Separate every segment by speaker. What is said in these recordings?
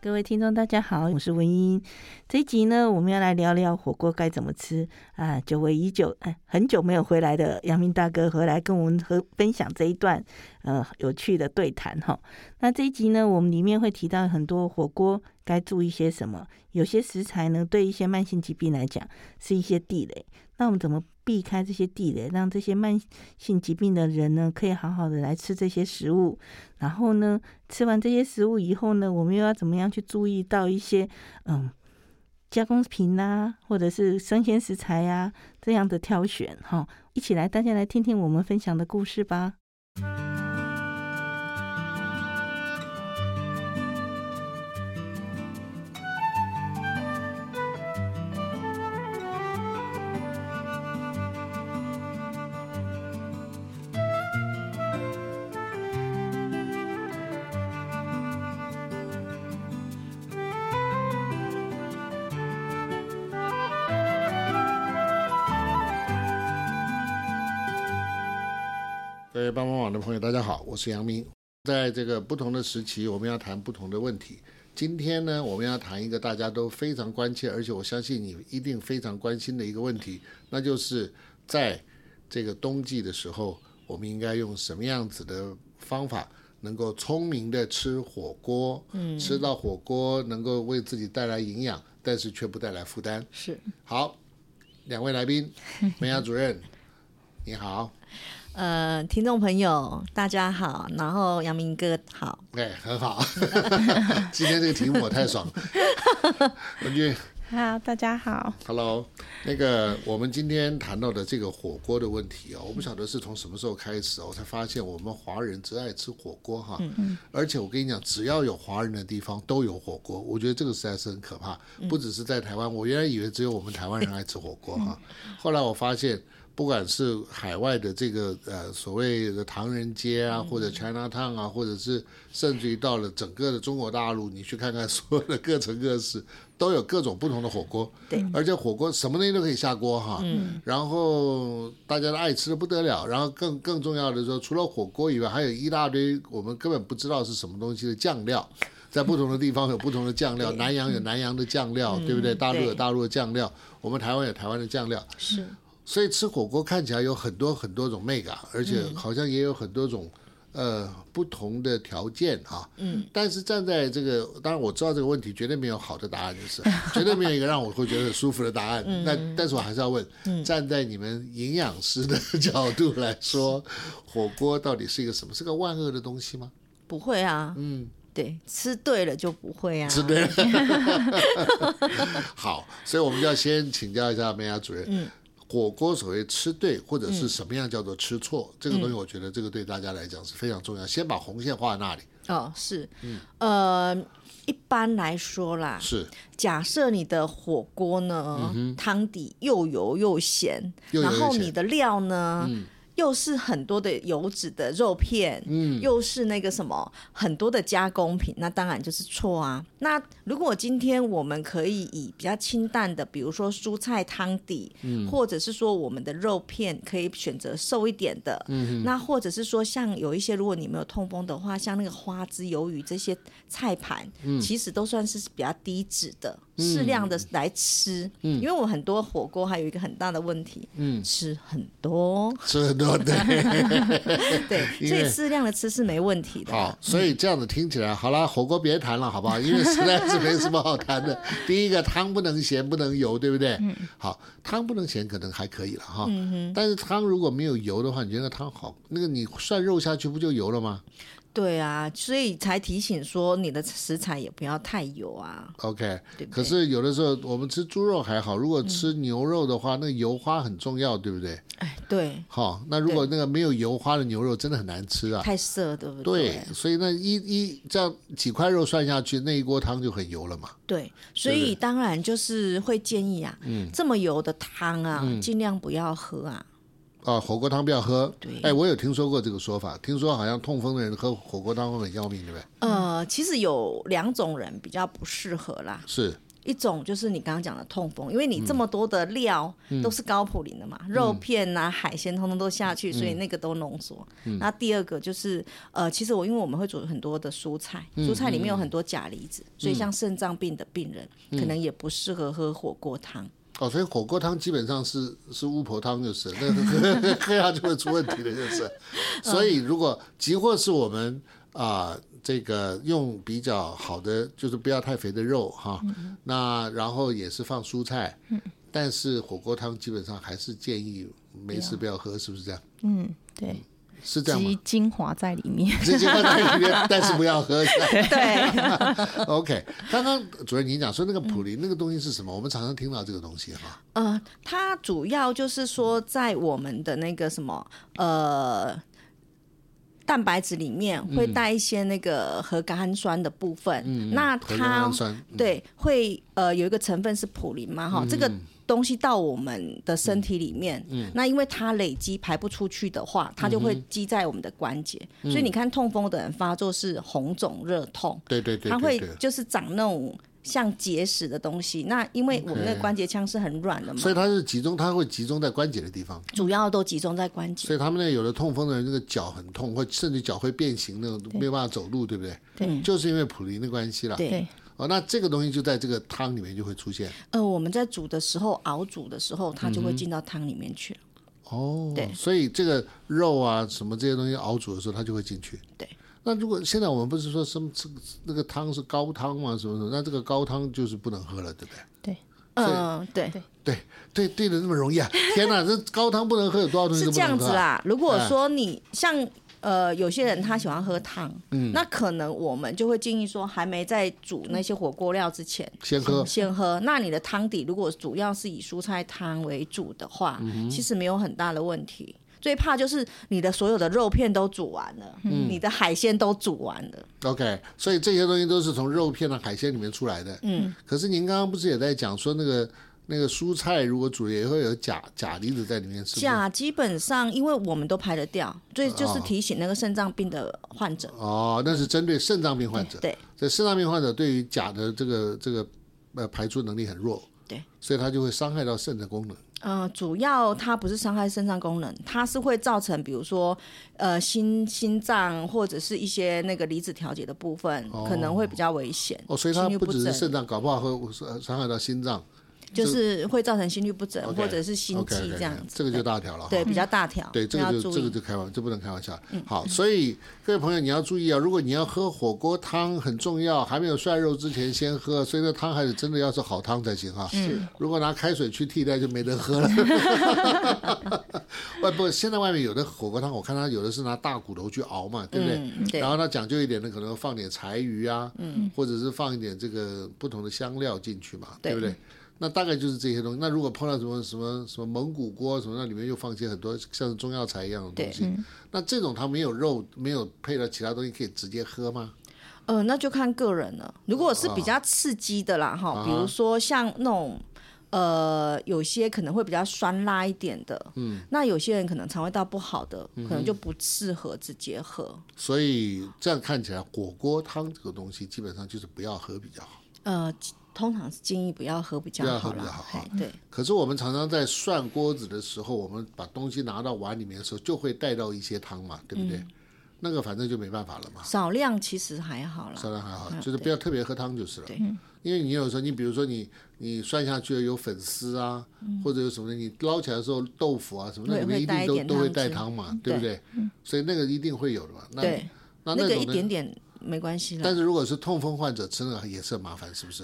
Speaker 1: 各位听众，大家好，我是文英。这一集呢，我们要来聊聊火锅该怎么吃啊！久违已久，哎，很久没有回来的杨明大哥回来跟我们和分享这一段呃有趣的对谈哈。那这一集呢，我们里面会提到很多火锅该注意些什么，有些食材呢对一些慢性疾病来讲是一些地雷，那我们怎么避开这些地雷，让这些慢性疾病的人呢可以好好的来吃这些食物？然后呢，吃完这些食物以后呢，我们又要怎么样去注意到一些嗯加工品呐、或者是生鲜食材呀、这样的挑选哈？一起来，大家来听听我们分享的故事吧。
Speaker 2: 各位帮帮网的朋友，大家好，我是杨明。在这个不同的时期，我们要谈不同的问题。今天呢，我们要谈一个大家都非常关切，而且我相信你一定非常关心的一个问题，那就是在这个冬季的时候，我们应该用什么样子的方法，能够聪明的吃火锅，嗯，吃到火锅能够为自己带来营养，但是却不带来负担。
Speaker 3: 是，
Speaker 2: 好，两位来宾，梅雅主任，你好。
Speaker 3: 呃，听众朋友大家好，然后阳明哥好，
Speaker 2: 哎，很好， 今天这个题目我太爽了。 文俊
Speaker 4: Hello，大啊家好。
Speaker 2: ，Hello，那个我们今天谈到的这个火锅的问题哦，我不晓得是从什么时候开始哦，我才发现我们华人只爱吃火锅哈。
Speaker 4: 嗯
Speaker 2: 而且我跟你讲，只要有华人的地方都有火锅，我觉得这个实在是很可怕。
Speaker 4: 嗯
Speaker 2: 不只是在台湾，我原来以为只有我们台湾人爱吃火锅哈，后来我发现。不管是海外的这个呃所谓的唐人街啊，或者 China Town 啊，或者是甚至于到了整个的中国大陆，你去看看所有的各城各市都有各种不同的火锅，
Speaker 3: 对，
Speaker 2: 而且火锅什么东西都可以下锅哈，嗯，然后大家都爱吃的不得了，然后更更重要的说，除了火锅以外，还有一大堆我们根本不知道是什么东西的酱料。在不同的地方有不同的酱 料，南洋有南洋的酱料，对嗯不对？大陆有
Speaker 3: 对
Speaker 2: 大陆的酱料，我们台湾有台湾的酱料，
Speaker 3: 是
Speaker 2: 所以吃火锅看起来有很多很多种 mega，而且好像也有很多种、呃不同的条件啊。嗯，但是站在这个，当然我知道这个问题绝对没有好的答案，就是绝对没有一个让我会觉得很舒服的答案。那但是我还是要问，站在你们营养师的角度来说，火锅到底是一个什么？是个万恶的东西吗？
Speaker 3: 不会啊，
Speaker 2: 嗯，
Speaker 3: 对，吃对了就不会啊，
Speaker 2: 是的。好，所以我们就要先请教一下梅雅主任。火锅所谓吃对，或者是什么样叫做吃错，这个东西，我觉得这个对大家来讲是非常重要。先把红线画在那里，
Speaker 3: 哦，是，呃，一般来说啦，
Speaker 2: 是
Speaker 3: 假设你的火锅呢，汤底又油又咸，
Speaker 2: 嗯又油
Speaker 3: 然
Speaker 2: 又
Speaker 3: 后
Speaker 2: 咸嗯
Speaker 3: 你的料呢，又是很多的油脂的肉片，
Speaker 2: 嗯
Speaker 3: 又是那个什么很多的加工品，那当然就是错啊。那如果今天我们可以以比较清淡的，比如说蔬菜汤底，
Speaker 2: 嗯
Speaker 3: 或者是说我们的肉片可以选择瘦一点的，
Speaker 2: 嗯
Speaker 3: 那或者是说像有一些，如果你没有痛风的话，像那个花枝鱿鱼这些菜盘，
Speaker 2: 嗯
Speaker 3: 其实都算是比较低脂的，适量的来吃。
Speaker 2: 嗯
Speaker 3: 因为我们很多火锅还有一个很大的问题，吃很 多，
Speaker 2: 吃很多对。
Speaker 3: 对，
Speaker 2: 因
Speaker 3: 所
Speaker 2: 为
Speaker 3: 以适量的吃是没问题的。
Speaker 2: 好，所以这样子听起来，好啦，火锅别谈了，好 不好？因为实在是没什么好谈的。第一个，汤不能咸，不能油，对不对？
Speaker 3: 嗯
Speaker 2: 好，汤不能咸可能还可以了哈。但是汤如果没有油的话，你觉得那个汤好，那个你涮肉下去不就油了吗？
Speaker 3: 对啊，所以才提醒说你的食材也不要太油啊，
Speaker 2: OK，
Speaker 3: 对不对？
Speaker 2: 可是有的时候我们吃猪肉还好，如果吃牛肉的话，那油花很重要，对不对？
Speaker 3: 哎，对，
Speaker 2: 好，那如果那个没有油花的牛肉，真的很难吃啊。
Speaker 3: 太涩，对不
Speaker 2: 对，所以那一一这样几块肉涮下去，那一锅汤就很油了嘛。
Speaker 3: 对，所以当然就是会建议啊，
Speaker 2: 嗯
Speaker 3: 这么油的汤啊，尽量不要喝啊。
Speaker 2: 啊，火锅汤不要喝。
Speaker 3: 对
Speaker 2: 哎，我有听说过这个说法，听说好像痛风的人喝火锅汤会很要命，对不对？
Speaker 3: 呃，其实有两种人比较不适合啦，
Speaker 2: 是，
Speaker 3: 一种就是你刚刚讲的痛风，因为你这么多的料
Speaker 2: 嗯
Speaker 3: 都是高普林的嘛，肉片呐、海鲜通通都下去，所以那个都浓缩。
Speaker 2: 嗯
Speaker 3: 那第二个就是呃，其实我因为我们会煮很多的蔬菜，
Speaker 2: 嗯
Speaker 3: 蔬菜里面有很多钾离子，所以像肾脏病的病人、
Speaker 2: 嗯
Speaker 3: 可能也不适合喝火锅汤。
Speaker 2: 哦，所以火锅汤基本上是是巫婆汤，就是那个 喝下去会出问题的，就是。
Speaker 5: 嗯
Speaker 2: 所以如果即或是我们啊、这个用比较好的，就是不要太肥的肉哈，
Speaker 5: 嗯
Speaker 2: 那然后也是放蔬菜，但是火锅汤基本上还是建议没事不要喝，是不是这样？
Speaker 5: 嗯，对，
Speaker 2: 是这样
Speaker 5: 集
Speaker 2: 吗？
Speaker 5: 精华在里面。
Speaker 2: 直接放在里 面，但是不要喝。是吧
Speaker 3: 对，
Speaker 2: OK，刚刚主任您讲说那个
Speaker 5: 嗯
Speaker 2: 普林那个东西是什么？我们常常听到这个东西哈，
Speaker 3: 呃，它主要就是说在我们的那个什么呃。蛋白质里面
Speaker 2: 嗯
Speaker 3: 会带一些那个核苷酸的部分，那
Speaker 2: 核苷氨
Speaker 3: 它
Speaker 2: 酸。嗯
Speaker 3: 对，会呃有一个成分是普林嘛哈，这个东西到我们的身体里面，
Speaker 2: 嗯
Speaker 3: 那因为它累积排不出去的话，它就会积在我们的关节，
Speaker 2: 嗯
Speaker 3: 所以你看痛风的人发作是红肿热痛，
Speaker 2: 对对对
Speaker 3: 它
Speaker 2: 对
Speaker 3: 会
Speaker 2: 对。
Speaker 3: 就是长那种像结石的东西。那因为我们那
Speaker 2: OK
Speaker 3: 个关节腔是很软的嘛，
Speaker 2: 所以它是集中，它会集中在关节的地方。
Speaker 3: 主要都集中在关节。
Speaker 2: 所以他们那有的痛风的人，那个脚很痛，或甚至脚会变形，那种没有办法走路，对不对？
Speaker 5: 对
Speaker 2: 就是因为普林的关系啦。
Speaker 3: 对
Speaker 5: 对，
Speaker 2: 哦，那这个东西就在这个汤里面就会出现。
Speaker 3: 呃，我们在煮的时候熬煮的时候，它
Speaker 2: 嗯
Speaker 3: 就会进到汤里面去了。
Speaker 2: 哦，
Speaker 3: 对
Speaker 2: 所以这个肉啊，什么这些东西熬煮的时候，它就会进去。
Speaker 3: 对。
Speaker 2: 那如果现在我们不是说什么这个那个汤是高汤嘛，什么什么，那这个高汤就是不能喝了，对不对？
Speaker 3: 嗯、
Speaker 2: 所以
Speaker 3: 对。
Speaker 2: 对对对的，那么容易啊！天哪，这高汤不能喝，有多少东西
Speaker 3: 是
Speaker 2: 都不
Speaker 3: 这
Speaker 2: 能喝、啊？
Speaker 3: 样子啦。如果
Speaker 2: 哎
Speaker 3: 说你像呃有些人他喜欢喝汤，
Speaker 2: 嗯
Speaker 3: 那可能我们就会建议说，还没在煮那些火锅料之前。
Speaker 2: 先喝。
Speaker 3: 先喝，那你的汤底如果主要是以蔬菜汤为主的话，
Speaker 2: 嗯
Speaker 3: 其实没有很大的问题。最怕就是你的所有的肉片都煮完了，
Speaker 2: 嗯
Speaker 3: 你的海鲜都煮完了，
Speaker 2: OK，所以这些东西都是从肉片的海鲜里面出来的。嗯，可是您刚刚不是也在讲说那个那个蔬菜如果煮了也会有钾钾离子在里面，是不是？
Speaker 3: 钾基本上因为我们都排得掉，所以就是
Speaker 2: 哦
Speaker 3: 提醒那个肾脏病的患者，
Speaker 2: 哦，那是针对肾脏病患者。
Speaker 3: 对，
Speaker 2: 这肾脏病患者对于钾的这个这个呃排出能力很弱。
Speaker 3: 对，
Speaker 2: 所以它就会伤害到肾的功能。
Speaker 3: 呃，主要它不是伤害肾脏功能，它是会造成比如说呃心心脏或者是一些那个离子调节的部分、可能会比较危险。
Speaker 2: 哦，所以它
Speaker 3: 心律
Speaker 2: 不只是
Speaker 3: 整，
Speaker 2: 肾脏，搞不好会伤伤害到心脏。
Speaker 3: 就是会造成心律不整
Speaker 2: OK，
Speaker 3: 或者是心
Speaker 2: OK，
Speaker 3: 悸这样子。
Speaker 2: 这个就大条了哈。
Speaker 3: 对比较大条，
Speaker 2: 对，这
Speaker 3: 哦要
Speaker 2: 个就
Speaker 3: 注
Speaker 2: 这个
Speaker 3: 意。嗯
Speaker 2: 就开玩，这不能开玩笑。好，所以各位朋友你要注意啊，如果你要喝火锅汤很重要，还没有涮肉之前先喝，所以那汤还是真的要是好汤才行啊。是，如果拿开水去替代就没得喝 了。 外不，现在外面有的火锅汤，我看他有的是拿大骨头去熬嘛，对不对？
Speaker 3: 嗯，对
Speaker 2: 然，后呢，讲究一点的，可能放点柴鱼啊，嗯，或者是放一点这个不同的香料进去嘛，对
Speaker 3: 对
Speaker 2: 不对？那大概就是这些东西。那如果碰到什么什么什么蒙古锅什么，那里面又放一些很多像是中药材一样的东西。那这种它没有肉，没有配到其他东西，可以直接喝吗？
Speaker 3: 呃，那就看个人了。如果
Speaker 2: 哦
Speaker 3: 是比较刺激的啦，哈、
Speaker 2: 啊
Speaker 3: 比如说像那种。呃，有些可能会比较酸辣一点的，嗯，那有些人可能肠胃道不好的，
Speaker 2: 嗯
Speaker 3: 可能就不适合直接喝。
Speaker 2: 所以这样看起来，火锅汤这个东西基本上就是不要喝比较好。
Speaker 3: 呃，通常是建议不要喝比较
Speaker 2: 不要喝
Speaker 3: 好
Speaker 2: 比
Speaker 3: 啦。
Speaker 2: 较好
Speaker 3: 嘿
Speaker 2: 啊
Speaker 3: 对，
Speaker 2: 可是我们常常在涮锅子的时候，我们把东西拿到碗里面的时候，就会带到一些汤嘛，对不对？那个反正就没办法了嘛。
Speaker 3: 少量其实还好啦
Speaker 2: 烧。量还好，
Speaker 3: 嗯
Speaker 2: 就是不要特别喝汤就是了。因为你有时候，你比如说你你涮下去了有粉丝啊，或者有什么的，你捞起来的时候豆腐啊什么，那
Speaker 3: 嗯对
Speaker 2: 里面
Speaker 3: 会
Speaker 2: 一定
Speaker 3: 带一
Speaker 2: 都
Speaker 3: 点
Speaker 2: 都会
Speaker 3: 汤
Speaker 2: 带
Speaker 3: 汁
Speaker 2: 汤嘛，对不
Speaker 3: 对
Speaker 2: 对？
Speaker 3: 嗯
Speaker 2: 所以那个一定会有的嘛。那
Speaker 3: 对，
Speaker 2: 那
Speaker 3: 那
Speaker 2: 那
Speaker 3: 个
Speaker 2: 种
Speaker 3: 一点
Speaker 2: 的，
Speaker 3: 点没关系啦
Speaker 2: 但，是如果是痛风患者吃那个也是很麻烦，是不是？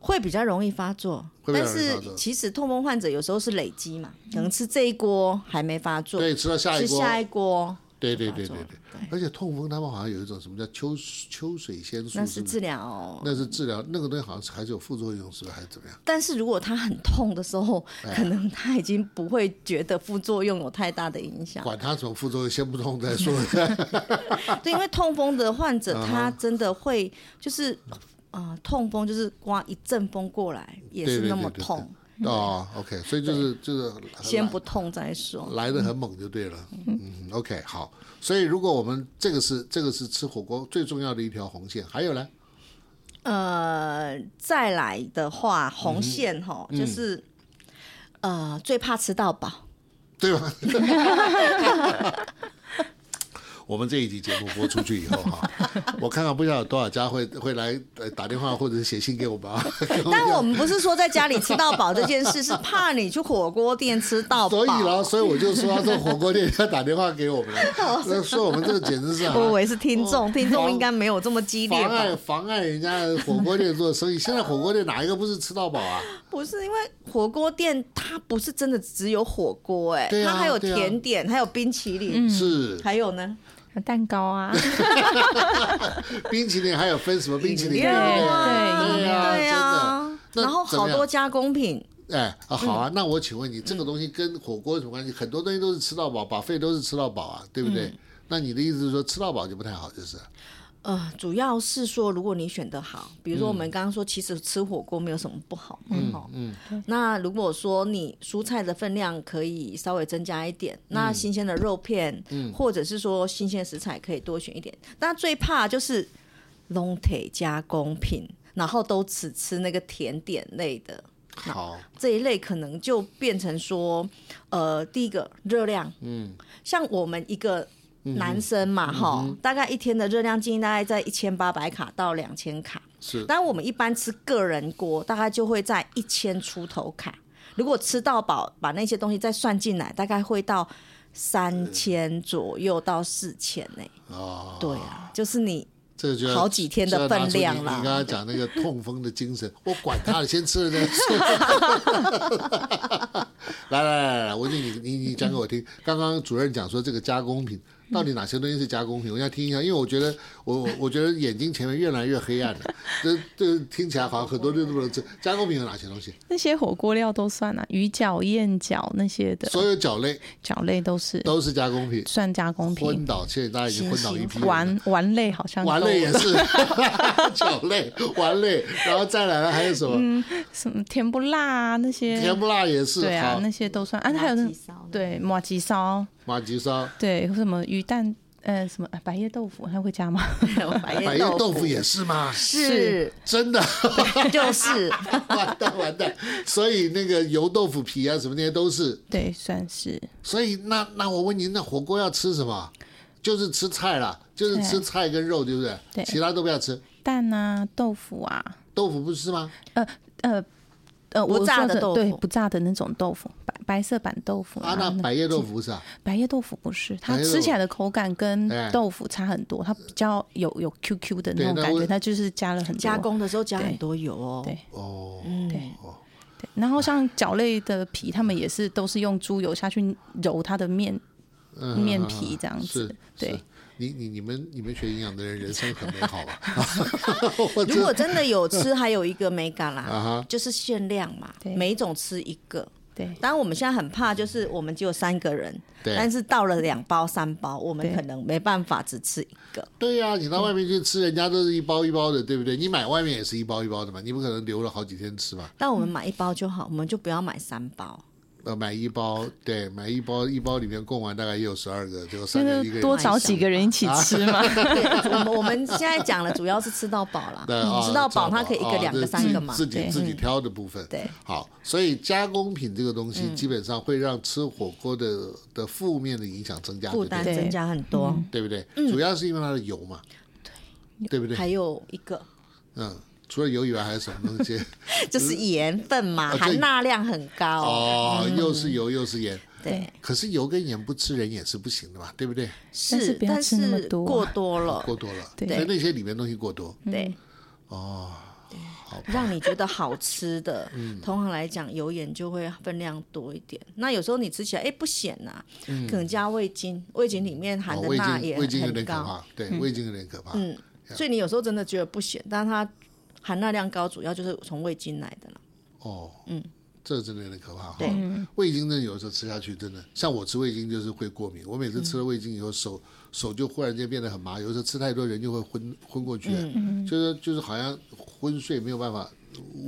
Speaker 3: 会比较容易发作。
Speaker 2: 会比较容
Speaker 3: 但
Speaker 2: 易发
Speaker 3: 是
Speaker 2: 作
Speaker 3: 其实痛风患者有时候是累积嘛，可能吃这一锅还没发作，
Speaker 2: 对，吃到下一
Speaker 3: 吃
Speaker 2: 锅，
Speaker 3: 下一锅，
Speaker 2: 对
Speaker 3: 就
Speaker 2: 对
Speaker 3: 发
Speaker 2: 对
Speaker 3: 作
Speaker 2: 对
Speaker 3: 了
Speaker 2: 对
Speaker 3: 对，
Speaker 2: 而且痛风他们好像有一种什么叫秋秋水仙素，
Speaker 3: 那
Speaker 2: 是
Speaker 3: 是
Speaker 2: 不
Speaker 3: 治疗、哦。
Speaker 2: 那是治疗那个东西好像是还是有副作用，是不是还是怎么样？
Speaker 3: 但是如果他很痛的时候，
Speaker 2: 哎
Speaker 3: 可能他已经不会觉得副作用有太大的影响。
Speaker 2: 管它什么副作用，先不痛再说。
Speaker 3: 对，因为痛风的患
Speaker 2: 嗯
Speaker 3: 者，他真的会就是啊、呃痛风就是刮一阵风过来也
Speaker 2: 对
Speaker 3: 是
Speaker 2: 对
Speaker 3: 那
Speaker 2: 对
Speaker 3: 么
Speaker 2: 对
Speaker 3: 痛，
Speaker 2: 哦，OK，所以就是就是
Speaker 3: 先不痛再说。
Speaker 2: 来的很猛就对了。嗯，OK，好。所以如果我们这个是这个是吃火锅最重要的一条红线，还有呢，
Speaker 3: 呃，再来的话，红线哈、
Speaker 2: 嗯
Speaker 3: 就是呃最怕吃到饱。
Speaker 2: 对吧？ 我们这一集节目播出去以后哈， 我看看不知道有多少家会会来呃打电话或者是写信给我们啊。
Speaker 3: 但我们不是说在家里吃到饱这件事，是怕你去火锅店吃到饱。
Speaker 2: 所以啦，所以我就说这火锅店要打电话给我们了，那说我们这个简直是、啊、
Speaker 3: 哦我以为是听众，听众
Speaker 2: 防
Speaker 3: 应该没有这么激烈
Speaker 2: 妨
Speaker 3: 吧
Speaker 2: 碍？妨碍人家火锅店做生意。现在火锅店哪一个不是吃到饱啊？
Speaker 3: 不是因为火锅店它不是真的只有火锅、哎、
Speaker 2: 对啊
Speaker 3: 它还有
Speaker 2: 对啊
Speaker 3: 甜点，还有冰淇
Speaker 2: 嗯
Speaker 3: 淋，
Speaker 2: 是
Speaker 3: 还有呢，
Speaker 5: 蛋糕啊，
Speaker 2: 冰淇淋还有分什么冰淇淋？
Speaker 3: 饮料啊
Speaker 2: 对
Speaker 3: 对
Speaker 2: 呀，
Speaker 3: 啊，
Speaker 2: 真的。
Speaker 3: 然后好多嗯加工
Speaker 2: 那
Speaker 3: 品。
Speaker 2: 怎么样哎啊好啊，那我请问你，这个东西跟火锅有什么关系？很多东西都是吃到饱，把费都是吃到饱啊，对不
Speaker 3: 嗯
Speaker 2: 对？那你的意思是说吃到饱就不太好，就是
Speaker 3: 呃，主要是说，如果你选的好，比如说我们刚刚说，其实吃火锅没有什么不好嘛，哈、嗯，那如果说你蔬菜的分量可以稍微增加一点，那新鲜的肉片，嗯，或者是说新鲜食材可以多选一点。但最怕就是笼腿加工品，然后都只吃那个甜点类的，
Speaker 2: 好
Speaker 3: 这一类可能就变成说，呃，第一个热量，嗯，像我们一个男生嘛，哈、大概一天的热量建议大概在一千八百卡到两千卡，
Speaker 2: 是
Speaker 3: 但我们一般吃个人锅，大概就会在一千出头卡。如果吃到饱，把那些东西再算进来，大概会到三千左右到四千呢。
Speaker 2: 哦，
Speaker 3: 对啊，就是你
Speaker 2: 这个就要
Speaker 3: 好几天的分量
Speaker 2: 就要拿出你
Speaker 3: 啦
Speaker 2: 你刚刚讲那个痛风的精神， 我管他了，先吃了再说。 来来来来，我你你你你讲给我听。刚刚主任讲说这个加工品到底哪些东西是加工品，我要听一下，因为我觉得我我我觉得眼睛前面越来越黑暗了。这这听起来好像很多都不能吃。加工品有哪些东西？
Speaker 5: 那些火锅料都算啊，鱼饺、燕饺那些的
Speaker 2: 所有饺类
Speaker 5: 饺类都是
Speaker 2: 都是加工品，
Speaker 5: 算加工
Speaker 2: 昏
Speaker 5: 品。
Speaker 2: 倒，现在大家已经昏倒一批了。
Speaker 5: 丸丸类好像
Speaker 2: 完
Speaker 5: 都
Speaker 2: 了也 是 饺类，完类，然后再来了还有什么？
Speaker 5: 什么甜不辣啊那些，
Speaker 2: 甜不辣也是，
Speaker 5: 对啊
Speaker 2: 好，
Speaker 5: 那些都算啊，还有那
Speaker 3: 鸡烧
Speaker 5: 对麻吉烧，
Speaker 2: 马吉烧、
Speaker 5: 对什么鱼蛋呃什么呃百叶豆腐，还会加吗？
Speaker 3: 白
Speaker 2: 百
Speaker 3: 叶
Speaker 2: 叶豆
Speaker 3: 豆
Speaker 2: 腐也是吗？
Speaker 3: 是
Speaker 2: 真的，
Speaker 3: 就是
Speaker 2: 完蛋完蛋！所以那个油豆腐皮啊什么那些都是。
Speaker 5: 对，算是
Speaker 2: 所以那那我问您，那火锅要吃什么？就是吃菜啦，就是吃菜跟肉，对不对？
Speaker 5: 对
Speaker 2: 其他都不要吃。
Speaker 5: 蛋啊、豆腐啊，
Speaker 2: 豆腐不吃吗？
Speaker 5: 呃呃，
Speaker 3: 不
Speaker 5: 我
Speaker 3: 炸
Speaker 5: 说
Speaker 3: 的
Speaker 5: 的
Speaker 3: 豆
Speaker 5: 对
Speaker 3: 腐
Speaker 5: 不炸的那种豆腐，白白色板豆腐
Speaker 2: 啊，那
Speaker 5: 那
Speaker 2: 百叶豆腐是啊，
Speaker 5: 白叶豆腐不是，它
Speaker 2: 白叶豆腐
Speaker 5: 吃起来的口感跟
Speaker 2: 哎
Speaker 5: 豆腐差很多，它比较有有 QQ 的那种
Speaker 2: 对那
Speaker 5: 感
Speaker 2: 我
Speaker 5: 觉，它就是加了很多
Speaker 3: 加。工的时候加
Speaker 5: 对
Speaker 3: 很多油哦。
Speaker 5: 对
Speaker 2: 哦，
Speaker 5: 对对，然后像饺类的皮，他们也是都是用猪油下去揉它的面
Speaker 2: 嗯
Speaker 5: 面皮这样
Speaker 2: 是
Speaker 5: 子
Speaker 2: 是，
Speaker 5: 对。
Speaker 2: 你你你们你们学营养的人，人生很美好吧？ 我
Speaker 3: 如果真的 有吃，还有一个 mega 啦，
Speaker 2: 啊哈，
Speaker 3: 就是限量嘛，
Speaker 5: 对
Speaker 3: 每一种吃一个。
Speaker 5: 对
Speaker 3: 当然，我们现在很怕，就是我们只有三个人，
Speaker 2: 对
Speaker 3: 但是到了两包、三包，我们
Speaker 5: 对
Speaker 3: 可能没办法只吃一个。
Speaker 2: 对呀、你到外面去吃，人家都是一包一包的，对不对？你买外面也是一包一包的嘛，你不可能留了好几天吃嘛。
Speaker 3: 但我们买一包就好，我们就不要买三 包。
Speaker 2: 呃，买一包，对，买一包，一包里面供完大概也有十二个，结果
Speaker 5: 就
Speaker 2: 三个一个啊
Speaker 5: 是
Speaker 2: 人
Speaker 5: 多
Speaker 2: 吃
Speaker 5: 找几个人一起吃 嘛。
Speaker 3: 对，我们我们现在讲了，主要是吃到饱啦，
Speaker 2: 对啊
Speaker 3: 吃到饱，它可以一
Speaker 2: 哦
Speaker 3: 个、两
Speaker 2: 这
Speaker 3: 个、
Speaker 2: 是
Speaker 3: 三个嘛。
Speaker 2: 自己
Speaker 5: 对
Speaker 2: 自己挑的部分。
Speaker 3: 对，嗯
Speaker 2: 好，所以加工品这个东西基本上会让吃火锅的的负面的影响增加，
Speaker 3: 负
Speaker 2: 对不
Speaker 3: 担
Speaker 2: 对？
Speaker 5: 对
Speaker 3: 增加很多。
Speaker 5: 嗯
Speaker 2: 对不对？主要是因为它的油嘛，对不对？
Speaker 3: 还有一个
Speaker 2: 嗯，除了油以外还有什么 东西？
Speaker 3: 就是盐分嘛，
Speaker 2: 啊对
Speaker 3: 含钠量很高。
Speaker 2: 哦，又是油又是盐，
Speaker 3: 嗯对，
Speaker 2: 可是油跟盐不吃人也是不行的嘛，对不对？
Speaker 3: 是，
Speaker 5: 不要
Speaker 3: 但
Speaker 5: 吃那么
Speaker 3: 是
Speaker 5: 多
Speaker 3: 过多了。
Speaker 2: 过多了，
Speaker 5: 对
Speaker 2: 所以那些里面东西过多。
Speaker 3: 对，
Speaker 2: 哦，好吧嗯
Speaker 3: 让你觉得好吃 的，通常来讲油盐就会分量多一点。那有时候你吃起来哎不咸呐、可能加味精，味精里面含
Speaker 2: 嗯哦
Speaker 3: 的
Speaker 2: 味
Speaker 3: 钠
Speaker 2: 精
Speaker 3: 也
Speaker 2: 味精有
Speaker 3: 很
Speaker 2: 点可
Speaker 3: 高，
Speaker 2: 怕，对，味精有点可怕。
Speaker 3: 嗯，所以你有时候真的觉得不咸，但它含钠量高，主要就是从味精来的了。
Speaker 2: 哦，
Speaker 3: 嗯，
Speaker 2: 这真的有点可怕哈。
Speaker 3: 对嗯
Speaker 2: 味精真的有时候吃下去真的，像我吃味精就是会过敏，我每次
Speaker 3: 嗯
Speaker 2: 吃了味精以后手手就忽然间变得很麻，有时候吃太多人就会昏昏过去，
Speaker 3: 嗯
Speaker 2: 就是就是好像昏睡没有办法，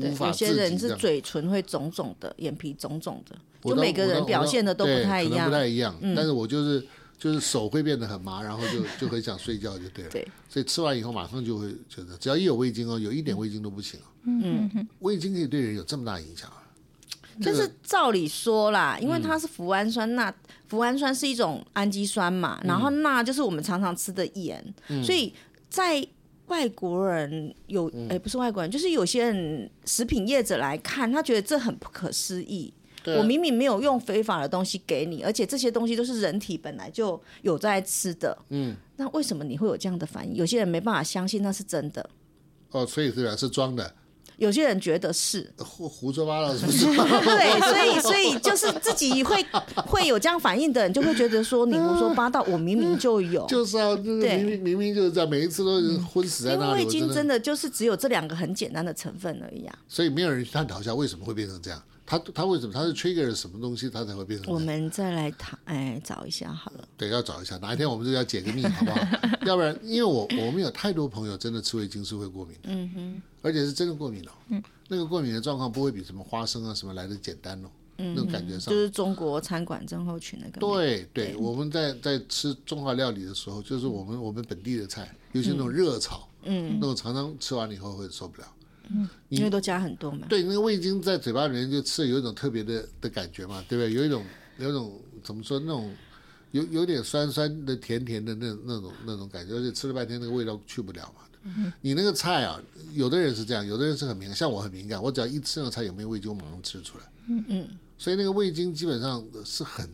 Speaker 3: 对
Speaker 2: 无，法
Speaker 3: 有
Speaker 2: 自
Speaker 3: 些
Speaker 2: 己
Speaker 3: 人
Speaker 2: 这
Speaker 3: 是
Speaker 2: 样。
Speaker 3: 嘴唇会肿肿的，眼皮肿肿的，
Speaker 2: 我
Speaker 3: 就
Speaker 2: 倒
Speaker 3: 每个
Speaker 2: 我
Speaker 3: 人
Speaker 2: 倒
Speaker 3: 表
Speaker 2: 我倒
Speaker 3: 现的都不
Speaker 2: 对
Speaker 3: 太一
Speaker 2: 可能
Speaker 3: 样啊嗯
Speaker 2: 不。太一样。但是我就是就是手会变得很麻，然后就就很想睡觉就对了。
Speaker 3: 对，
Speaker 2: 所以吃完以后马上就会觉得，只要一有味精哦，有一点味精都不行。嗯，味精可以对人有这么大影响啊？这
Speaker 3: 就
Speaker 2: 个
Speaker 3: 是照理说啦，因为它是脯氨酸钠，脯氨酸是一种氨基酸嘛，然后钠就是我们常常吃的盐，所以在外国人有，哎、不是外国人，就是有些人食品业者来看，他觉得这很不可思议。
Speaker 2: 对啊
Speaker 3: 我明明没有用非法的东西给你，而且这些东西都是人体本来就有在吃的，嗯，那为什么你会有这样的反应？有些人没办法相信那是真的，
Speaker 2: 哦，所以虽然是装的，呃
Speaker 3: 有些人觉得是，
Speaker 2: 胡胡说八道是不 是？
Speaker 3: 对，所以所以就是自己会会有这样反应的人，就会觉得说你胡说八道，我明明就有。
Speaker 2: 就是啊，就是
Speaker 3: 对嗯
Speaker 2: 明明明明就是这样，每一次都是昏死在
Speaker 3: 因为
Speaker 2: 那里，
Speaker 3: 味
Speaker 2: 我
Speaker 3: 精真
Speaker 2: 的，
Speaker 3: 的就是只有这两个很简单的成分而已啊，
Speaker 2: 所以没有人去探讨一下为什么会变成这样。他他为什么他是 trigger 了什么东西，他才会变成
Speaker 3: 我
Speaker 2: 这样？
Speaker 3: 们再来谈，哎，找一下好了。
Speaker 2: 对，要找一下，哪一天我们就要解个密， 好不好？要不然，因为我我们有太多朋友真的吃味精是会过敏的，嗯哼，而且是真的过敏哦，嗯，那个过敏的状况不会比什么花生啊什么来的简单哦，嗯，那种感觉上
Speaker 3: 就是中国餐馆症候群那个，，
Speaker 2: 对对，我们在在吃中华料理的时候，就是我们我们本地的菜，尤其那种热炒，嗯，那种常常吃完了以后会受不了。
Speaker 3: 因为都加很多嘛。
Speaker 2: 对，那个味精在嘴巴里面就吃了有一种特别的的感觉嘛，对不对？有一种有一种怎么说那种有有点酸酸的、甜甜的那那种那种感觉，而且吃了半天那个味道去不了嘛。你那个菜啊，有的人是这样，有的人是很敏感，像我很敏感，我只要一吃那个菜有没有味精，我马上吃出来。嗯嗯，所以那个味精基本上是很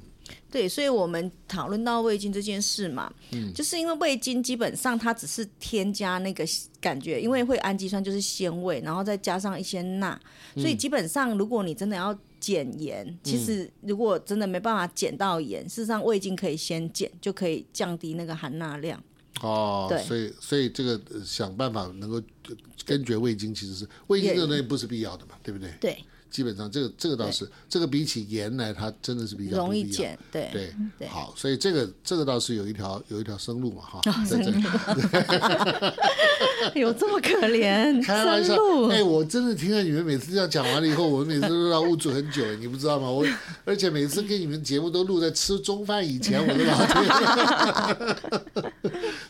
Speaker 3: 对，所以我们讨论到味精这件事嘛，
Speaker 2: 嗯
Speaker 3: 就是因为味精基本上它只是添加那个感觉，因为会氨基酸就是鲜味，然后再加上一些钠，所
Speaker 2: 嗯
Speaker 3: 以基本上如果你真的要减盐，其实如果真的没办法减到盐，事实上味精可以先减，就可以降低那个含钠量。
Speaker 2: 哦，
Speaker 3: 对
Speaker 2: 所以所以这个呃想办法能够呃根绝味精，其实是味精这种东西不是必要的嘛，对不对？
Speaker 3: 对，
Speaker 2: 基本上这个这个倒是，这个比起盐来，它真的是比较不
Speaker 3: 容易
Speaker 2: 必要。
Speaker 3: 减，对，
Speaker 2: 对，
Speaker 3: 对
Speaker 2: 好，所以这个这个倒是有一条有一条生路嘛哈，
Speaker 3: 哦
Speaker 2: 在这 里
Speaker 3: 有这么可 怜？
Speaker 2: 开玩笑，哎，我真的听到你们每次这样讲完了以后，我们每次都要捂嘴很久，你不知道吗？我而且每次跟你们节目都录在吃中饭以前，我都老听，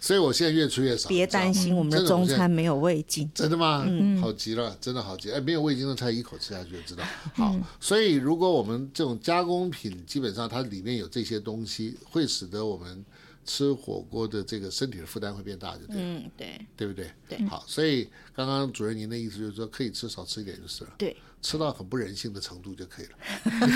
Speaker 2: 所以我现在越吃越少。
Speaker 3: 别
Speaker 2: 你知道吗
Speaker 3: 担心，我们的
Speaker 2: 真的
Speaker 3: 中
Speaker 2: 我现在
Speaker 3: 餐没有味精。
Speaker 2: 真的吗？嗯，好极了，真的好极了。哎，没有味精的菜一口吃下去就知道。好，所以如果我们这种加工品，基本上它里面有这些东西，会使得我们吃火锅的这个身体的负担会变大，就对了，
Speaker 3: 嗯，对
Speaker 2: 对不对？对。好，所以刚刚主任您的意思就是说，可以吃少吃一点就是了，
Speaker 3: 对。
Speaker 2: 吃到很不人性的程度就可以了。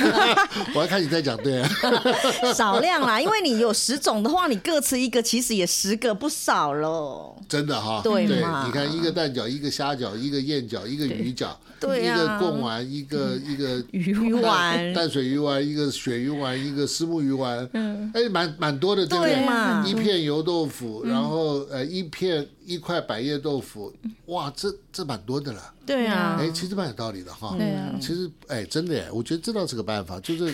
Speaker 2: 我还看你在讲对啊，
Speaker 3: 少量啦，因为你有十种的话，你各吃一个，其实也十个不少喽。
Speaker 2: 真的哈。
Speaker 3: 对
Speaker 2: 对，
Speaker 3: 嘛
Speaker 2: 你看一个蛋饺，一个虾饺，一个燕饺，一个鱼饺，
Speaker 3: 对
Speaker 2: 一个
Speaker 3: 啊
Speaker 2: 贡丸，一个一个
Speaker 3: 鱼
Speaker 2: 淡
Speaker 3: 丸，
Speaker 2: 淡水鱼丸，一个鳕鱼丸，一个虱目鱼丸，嗯，哎，蛮蛮多的，对不对？
Speaker 3: 对啊嘛嗯
Speaker 2: 一片油豆腐，然后呃，一片一块百叶豆腐，哇，这这蛮多的了。
Speaker 3: 对啊
Speaker 2: 哎，其实蛮有道理的哈。
Speaker 5: 对啊
Speaker 2: 其实哎，真的哎，我觉得这倒是个办法，就是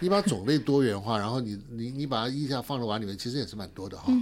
Speaker 2: 你把种类多元化，然后你你你把它一下放到碗里面，其实也是蛮多的哈。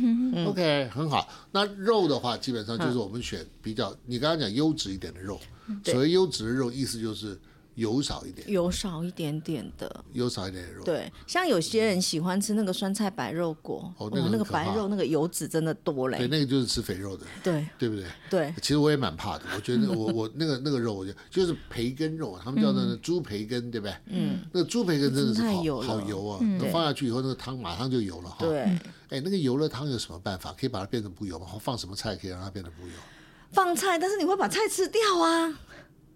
Speaker 2: OK，很好。那肉的话，基本上就是我们选比较，你刚刚讲优质一点的肉。
Speaker 3: 对
Speaker 2: 所谓优质的肉，意思就是油少一点，
Speaker 3: 有少一点点的。
Speaker 2: 油少一点的肉。
Speaker 3: 对，像有些人喜欢吃那个酸菜白肉锅，
Speaker 2: 哦
Speaker 3: 哇，
Speaker 2: 那个很
Speaker 3: 那个
Speaker 2: 可怕
Speaker 3: 白肉那个油脂真的多
Speaker 2: 对，
Speaker 3: 嘞。
Speaker 2: 那个就是吃肥肉的，
Speaker 3: 对
Speaker 2: 对不对？
Speaker 3: 对
Speaker 2: 其实我也蛮怕的，我觉得我我那个那个肉，我就就是培根肉，他们叫那个猪培根，对不对？嗯，那个猪培根真的是
Speaker 3: 太
Speaker 2: 好
Speaker 3: 油了嗯
Speaker 2: 好油啊，那放下去以后，那个汤马上就油了哈。，
Speaker 3: 对，
Speaker 2: 哎，那个油了汤有什么办法可以把它变成不油吗？放什么菜可以让它变得不油？
Speaker 3: 放菜，但是你会把菜吃掉啊。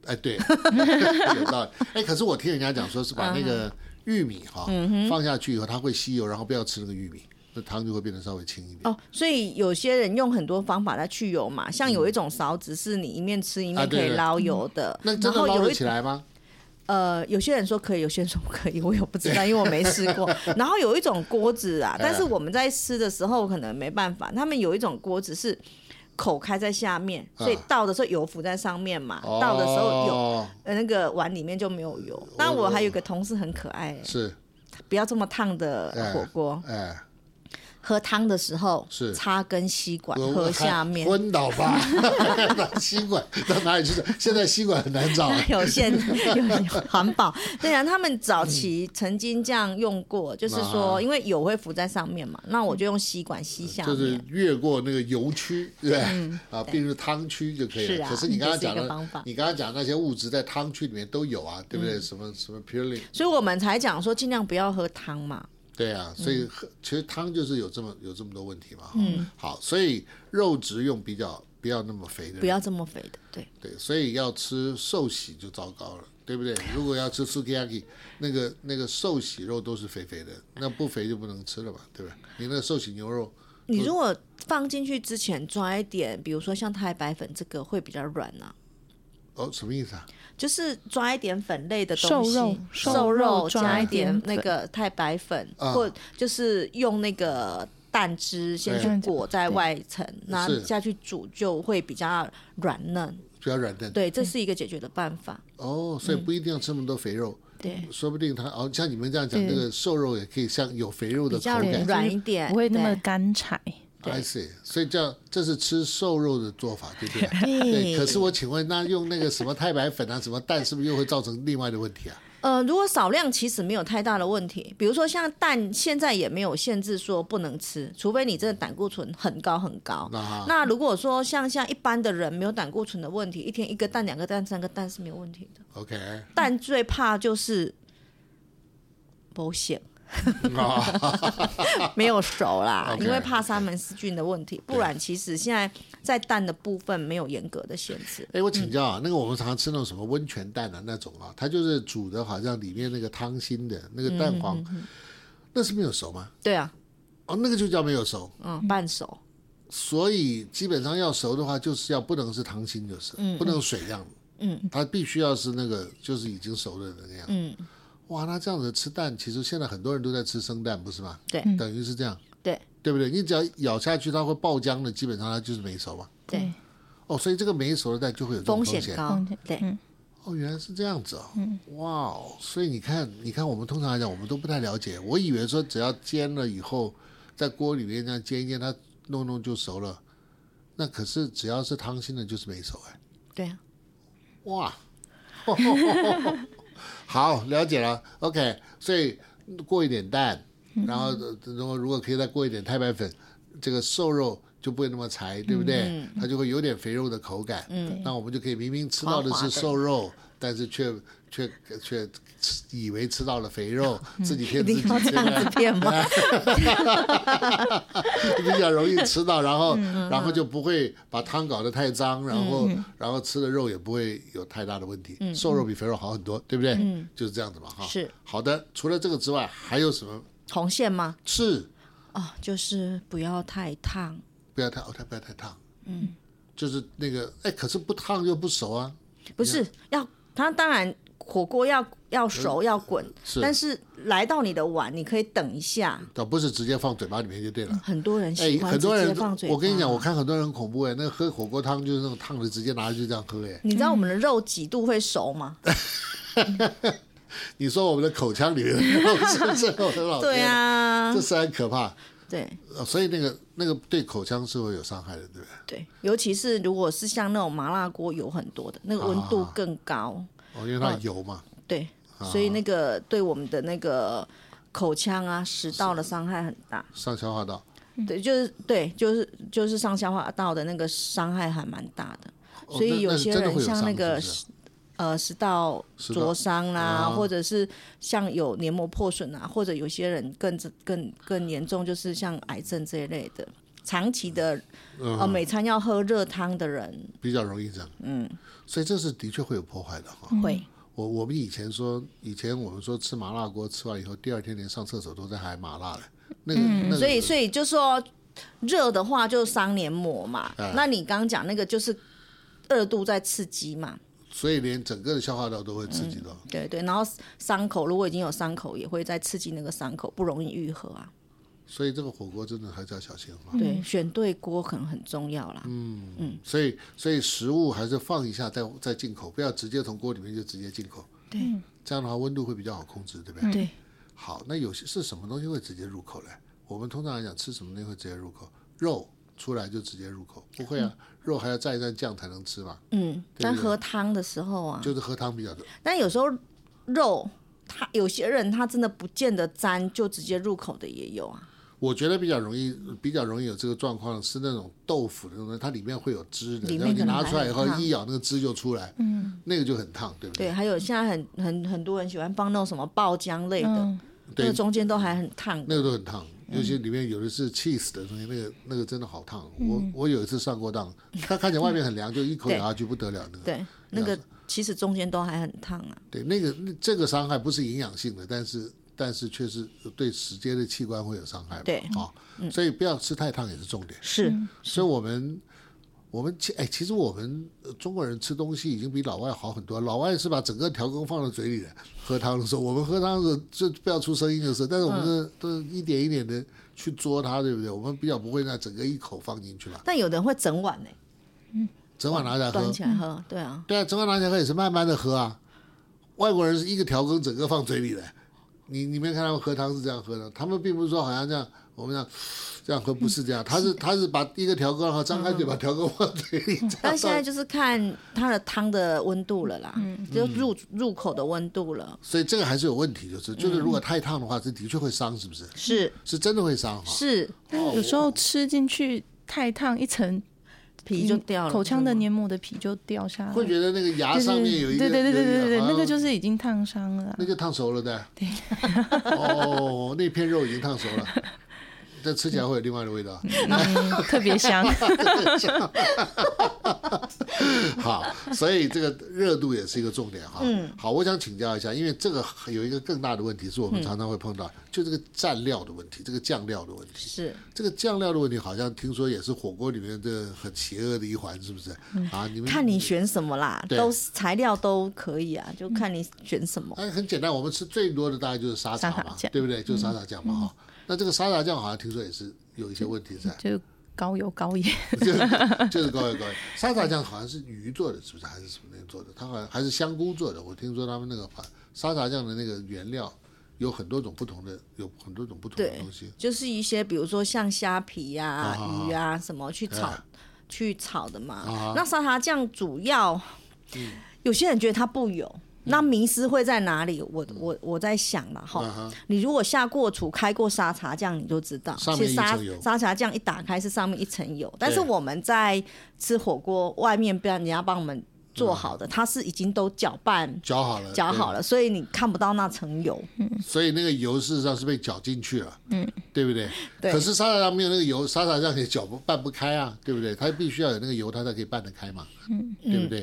Speaker 2: 哎， 对， 有道理。哎，可是我
Speaker 3: 嗯
Speaker 2: 听人家讲说是把那个玉米哈放下去以后，它会吸油，然后不要吃那个玉米。那汤就会变得稍微轻一点。
Speaker 3: 哦，所以有些人用很多方法来去油嘛，像有一种勺子是你一面吃一
Speaker 2: 啊
Speaker 3: 面
Speaker 2: 对
Speaker 3: 可以
Speaker 2: 对
Speaker 3: 捞油的，
Speaker 2: 那真
Speaker 3: 然
Speaker 2: 的
Speaker 3: 后
Speaker 2: 捞
Speaker 3: 有
Speaker 2: 得
Speaker 3: 一
Speaker 2: 起来吗？
Speaker 3: 呃，有些人说可以，有些人说不可以，我也不知道，因为我没试 过。然后有一种锅子
Speaker 2: 嗯
Speaker 3: 啊，但是我们在吃的时候可能没办法，他们有一种锅子是口开在下面，所以
Speaker 2: 啊
Speaker 3: 倒的时候油浮在上面嘛，倒的时候有。
Speaker 2: 哦
Speaker 3: 呃，那个碗里面就没有油。但我还有一个同事很可爱、
Speaker 2: 是，
Speaker 3: 不要这么烫的火锅，
Speaker 2: 哎，
Speaker 3: 喝汤的时候
Speaker 2: 是
Speaker 3: 插根吸管
Speaker 2: 我
Speaker 3: 喝
Speaker 2: 我还
Speaker 3: 下面，
Speaker 2: 昏倒 吧，拿吸管到哪里去找？现在吸管很难找。啊
Speaker 3: 那有限 有环保。对啊，他们
Speaker 2: 嗯
Speaker 3: 早期曾经这样用过，就是说，因为油会浮在上面嘛，那我就用吸管吸 下
Speaker 2: 就
Speaker 3: 面。嗯
Speaker 2: 是越过那个油区，对不对？啊，并入汤区就可以
Speaker 3: 是
Speaker 2: 了。
Speaker 3: 啊
Speaker 2: 可是你刚刚讲
Speaker 3: 这是一个方
Speaker 2: 的
Speaker 3: 法，嗯
Speaker 2: 你刚刚讲那些物质在汤区里面都有啊，对不对？什么什么 purine，
Speaker 3: 所以我们才讲说，尽量不要喝汤嘛。
Speaker 2: 对啊，所
Speaker 3: 嗯
Speaker 2: 以喝其实汤就是有这么有这么多问题嘛。哈好，所以肉质用比较不要那么肥的，
Speaker 3: 不要这么肥的，对，
Speaker 2: 对，所以要吃寿喜就糟糕了，对不对？如果要吃 sukiyaki，那个那个寿喜肉都是肥肥的，那不肥就不能吃了嘛，对吧？你那个寿喜牛肉，
Speaker 3: 你如果放进去之前抓一点，比如说像太白粉，这个会比较软啊。
Speaker 2: 哦，什么意思啊？
Speaker 3: 就是抓一点粉类的
Speaker 5: 瘦
Speaker 3: 东西，
Speaker 5: 肉
Speaker 3: 瘦
Speaker 5: 瘦
Speaker 3: 肉
Speaker 5: 肉抓
Speaker 3: 加一
Speaker 5: 一
Speaker 3: 点
Speaker 5: 点
Speaker 3: 那个太白粉，
Speaker 2: 啊
Speaker 3: 或就是用那个蛋汁先
Speaker 2: 对
Speaker 3: 去裹在外层，那
Speaker 2: 是
Speaker 3: 下去煮就会比较软嫩。
Speaker 2: 比较软嫩。
Speaker 3: 对，这是一个解决的办法。
Speaker 2: 哦，所以不一定要吃那么多肥肉，
Speaker 3: 嗯对，
Speaker 2: 说不定它哦，像你们这样讲，
Speaker 5: 对
Speaker 2: 这个瘦肉也可以像有肥肉的
Speaker 3: 比
Speaker 2: 口
Speaker 3: 较
Speaker 2: 感。
Speaker 3: 软一点，
Speaker 5: 不会那么
Speaker 3: 对
Speaker 5: 干柴。
Speaker 2: I see，所以这样这是吃瘦肉的做法，对不对？对。
Speaker 3: 对
Speaker 2: 可是我请问，那用那个什么太白粉啊，什么蛋，是不是又会造成另外的问题啊？
Speaker 3: 呃，如果少量其实没有太大的问题，比如说像蛋，现在也没有限制说不能吃，除非你真的胆固醇很高很高。
Speaker 2: 那
Speaker 3: 那如果说像像一般的人没有胆固醇的问题，一天一个蛋、两个蛋、三个蛋是没有问题的。
Speaker 2: OK 啊、
Speaker 3: 但最怕就是保险 没有熟啦，
Speaker 2: 哦 OK，
Speaker 3: 因为怕沙门氏菌的问题。不然其实现在在蛋的部分没有严格的限制。
Speaker 2: 哎，我请教
Speaker 3: 嗯
Speaker 2: 啊，那个我们常常吃那种什么温泉蛋啊那种啊，它就是煮的好像里面那个汤心的那个蛋
Speaker 3: 嗯
Speaker 2: 黄，那是没有熟吗？
Speaker 3: 对啊，
Speaker 2: 哦，那个就叫没有熟。
Speaker 3: 嗯，半熟。
Speaker 2: 所以基本上要熟的话，就是要不能是汤心，就是、
Speaker 3: 嗯
Speaker 2: 不能水样。嗯，它必须要是那个就是已经熟的那个样。嗯，哇，那这样子吃蛋，其实现在很多人都在吃生蛋，不是吗？
Speaker 3: 对
Speaker 2: 等于是这样，
Speaker 3: 对
Speaker 2: 对不对？你只要咬下去，它会爆浆的，基本上它就是没熟嘛。
Speaker 3: 对，
Speaker 2: 哦，所以这个没熟的蛋就会有这种
Speaker 3: 风
Speaker 2: 风
Speaker 3: 险嗯高。对，
Speaker 2: 哦，原来是这样子哦，哇哦！所以你看，你看，我们通常来讲，我们都不太了解。我以为说只要煎了以后，在锅里面这样煎一煎，它弄弄就熟了。那可是只要是汤心的，就是没熟哎。
Speaker 3: 对啊。
Speaker 2: 哇， 好，了解了。OK，所以过一点蛋，然后呃如果如果可以再过一点太白粉，这个瘦肉就不会那么柴，对不对？
Speaker 3: 嗯
Speaker 2: 它就会有点肥肉的口感。嗯，那我们就可以明明吃到的
Speaker 3: 滑滑
Speaker 2: 是
Speaker 3: 的
Speaker 2: 瘦肉，但是却却却吃以为吃到了肥 肉，自己骗自己，啊
Speaker 3: 要这
Speaker 2: 对不
Speaker 3: 样
Speaker 2: 对
Speaker 3: 子？变吗？
Speaker 2: 比较容易吃到，然后
Speaker 3: 嗯
Speaker 2: 然后就不会把汤搞得太脏，然后然后吃的肉也不会有太大的问题，瘦肉比肥肉好很多，对不对？就是这样子嘛，哈。
Speaker 3: 嗯是。
Speaker 2: 好的，除了这个之外，还有什么？
Speaker 3: 红线吗？
Speaker 2: 是
Speaker 3: 哦，就是不要太烫。
Speaker 2: 不要太哦，它不要太烫。嗯。就是那个，哎，可是不烫又不熟啊。
Speaker 3: 不是要它，当然火锅要要熟要滚，
Speaker 2: 嗯是
Speaker 3: 但是来到你的碗，你可以等一下。
Speaker 2: 倒不是直接放嘴巴里面就对了。
Speaker 3: 嗯很多人
Speaker 2: 哎
Speaker 3: 喜，欢
Speaker 2: 很多
Speaker 3: 直接
Speaker 2: 人
Speaker 3: 放嘴，巴
Speaker 2: 我跟你讲，我看很多人很恐怖哎，那个喝火锅汤就是那种烫的，直接拿着就这样喝哎。
Speaker 3: 你知道我们的肉几度会熟吗？
Speaker 2: 你说我们的口腔里面的肉是 不是很老？
Speaker 3: 对，啊
Speaker 2: 这，实在很可怕。
Speaker 3: 对
Speaker 2: 呃所以那个那个对口腔是会有伤害的，对不对？
Speaker 3: 对，尤其是如果是像那种麻辣锅油很多的，那个温度更高，
Speaker 2: 哦，因为它油嘛，
Speaker 3: 对，
Speaker 2: 啊
Speaker 3: 所以那个对我们的那个口腔啊、食道的伤害很大。
Speaker 2: 上消化道。
Speaker 3: 对，就是对，就是就是上消化道的那个伤害还蛮大的，
Speaker 2: 哦
Speaker 3: 所
Speaker 2: 那
Speaker 3: 以
Speaker 2: 那是
Speaker 3: 些
Speaker 2: 真的
Speaker 3: 人
Speaker 2: 会有
Speaker 3: 像那
Speaker 2: 伤
Speaker 3: 个
Speaker 2: 是不是
Speaker 3: 呃食道
Speaker 2: 食
Speaker 3: 灼
Speaker 2: 道
Speaker 3: 伤啦、
Speaker 2: 啊
Speaker 3: 或者是像有黏膜破损啊，或者有些人更更更严重，就是像癌症这一类的，长期的、
Speaker 2: 嗯
Speaker 3: 呃每餐要喝热汤的人
Speaker 2: 比较容易这样，嗯，所以这是的确会有破坏的哈。
Speaker 3: 会。
Speaker 2: 我我们以前说，以前我们说吃麻辣锅，吃完以后第二天连上厕所都在喊麻辣了。那个，那个
Speaker 3: 嗯所以所以就说热的话就伤黏膜嘛，
Speaker 2: 哎
Speaker 3: 那你刚讲那个就是二度在刺激嘛，
Speaker 2: 所以连整个的消化道都会刺激到。
Speaker 3: 对对，然后伤口如果已经有伤口，也会再刺激那个伤口，不容易愈合啊。
Speaker 2: 所以这个火锅真的还是要小心嘛。
Speaker 3: 对，选对锅可能很重要啦。
Speaker 2: 所以所以食物还是放一下再再进口，不要直接从锅里面就直接进口。
Speaker 3: 对，
Speaker 2: 这样的话温度会比较好控制，对不对？
Speaker 5: 对。
Speaker 2: 好，那有些是什么东西会直接入口嘞？我们通常来讲吃什么东西会直接入口？肉出来就直接入口，不会啊，肉还要蘸一蘸酱才能吃嘛，
Speaker 3: 嗯，
Speaker 2: 对
Speaker 3: 但
Speaker 2: 对
Speaker 3: 喝汤的时候啊，
Speaker 2: 就是喝汤比较多。
Speaker 3: 但有时候肉，他有些人他真的不见得沾就直接入口的也有啊。
Speaker 2: 我觉得比较容易，比较容易有这个状况是那种豆腐的那种，它里面会有汁的，
Speaker 3: 里面
Speaker 2: 然后你
Speaker 3: 可能
Speaker 2: 拿出来以后
Speaker 3: 还很烫
Speaker 2: 一咬，那个汁就出来，嗯，那个就很烫，对不
Speaker 3: 对，？还有现在很很很多人喜欢放那种什么爆浆类的，那
Speaker 2: 嗯对
Speaker 3: 个，中间都还很烫
Speaker 2: 那个都很烫，尤其里面有的是 cheese 的东西，那个那个真的好烫。我我有一次上过当，它看起来外面很凉，就一口咬下去不得了，那个
Speaker 3: 对，那个其实中间都还很烫啊。
Speaker 2: 对那个那这个伤害不是营养性的，但是但是确实对直接的器官会有伤害嘛，
Speaker 3: 对
Speaker 2: 啊，所以不要吃太烫也是重点。
Speaker 3: 是，
Speaker 2: 所以我们我们其哎，其实我们呃中国人吃东西已经比老外好很多。老外是把整个调羹放到嘴里的，喝汤的时候，我们喝汤的时候就不要出声音的时候，但是我们
Speaker 3: 嗯
Speaker 2: 是都是一点一点的去嘬它，对不对？我们比较不会那整个一口放进去嘛，
Speaker 3: 但有的人会整碗呢、
Speaker 2: 整碗拿起来喝
Speaker 3: 哦端。起来喝，对啊，
Speaker 2: 对啊，整碗拿起来喝也是慢慢的喝啊。外国人是一个调羹整个放嘴里的，你你没有看他们喝汤是这样喝的，他们并不是说好像这样我们这样这样喝不是这样，他是
Speaker 3: 嗯
Speaker 2: 他是把一个调羹然后张开嘴把调羹放嘴里，这样
Speaker 3: 但现 在就是看它的汤的温度了啦，
Speaker 2: 嗯
Speaker 3: 就入入口的温度了，
Speaker 2: 所以这个还是有问题，
Speaker 5: 嗯
Speaker 2: 就是就是如果太烫的话，这的确会伤，是不是？
Speaker 3: 是
Speaker 2: 是真的会伤哈。
Speaker 3: 是
Speaker 2: 哦
Speaker 5: 有时候吃进去太烫，一层
Speaker 3: 皮就掉了，
Speaker 5: 口腔的
Speaker 3: 是吗
Speaker 5: 黏膜的皮就掉下来，
Speaker 2: 会觉得那个牙上面有一个，啊
Speaker 5: 对对对对对对对，那个就是是已经烫伤了啊。
Speaker 2: 那就烫熟了的。对。哦，那片肉已经烫熟了，但吃起来会有另外的味道。
Speaker 5: 嗯特别香。嗯
Speaker 2: 好，所以这个热度也是一个重点哈。嗯。好，我想请教一下，因为这个有一个更大的问题是我们常常会碰
Speaker 5: 嗯
Speaker 2: 到，就这个蘸料的问题，这个酱料的问题。
Speaker 3: 是
Speaker 2: 这个酱料的问题好像听说也是火锅里面的很邪恶的一环，是不是？
Speaker 5: 嗯
Speaker 2: 啊，你们
Speaker 3: 看你选什么啦，
Speaker 2: 嗯对
Speaker 3: 都是材料都可以啊，就看你选什么。
Speaker 2: 哎，很简单，我们吃最多的大概就是沙茶
Speaker 5: 沙
Speaker 2: 嘛
Speaker 5: 茶，酱，
Speaker 2: 对不对？就是沙茶酱嘛哈。那这个沙茶酱好像听说也是有一些问题在
Speaker 5: 就高油高盐，
Speaker 2: 就是就是各位各位，沙茶酱好像是鱼做的，是不是？还是什么东西做的？它好像还是香菇做的。我听说他们那个把沙茶酱的那个原料有很多种不同的，有很多种不同的
Speaker 3: 对
Speaker 2: 东西。
Speaker 3: 就是一些比如说像虾皮呀、
Speaker 2: 啊
Speaker 3: 鱼啊什么去炒、
Speaker 2: 哎
Speaker 3: 去炒的嘛。
Speaker 2: 啊嗯
Speaker 3: 那沙茶酱主要，有些人觉得它不油，那迷失会在哪里？我
Speaker 2: 嗯
Speaker 3: 我我在想了哈。
Speaker 2: 啊哈，
Speaker 3: 你如果下过厨、开过沙茶酱，你就知道，
Speaker 2: 上
Speaker 3: 其
Speaker 2: 面
Speaker 3: 实
Speaker 2: 一
Speaker 3: 沙
Speaker 2: 层油
Speaker 3: 沙茶酱一打开是上面一层油。但是我们在吃火锅，外面不然人家帮我们做
Speaker 2: 嗯
Speaker 3: 好的，它是已经都搅拌
Speaker 2: 搅好了，
Speaker 3: 搅好
Speaker 2: 对。
Speaker 3: 了，所以你看不到那层油。
Speaker 2: 所以那个油事实上是被搅进去了，嗯，对不对？
Speaker 3: 对
Speaker 2: 可是沙茶酱没有那个油，沙茶酱也搅不拌不开啊，对不对？它必须要有那个油，它才可以拌得开嘛，嗯，对不对？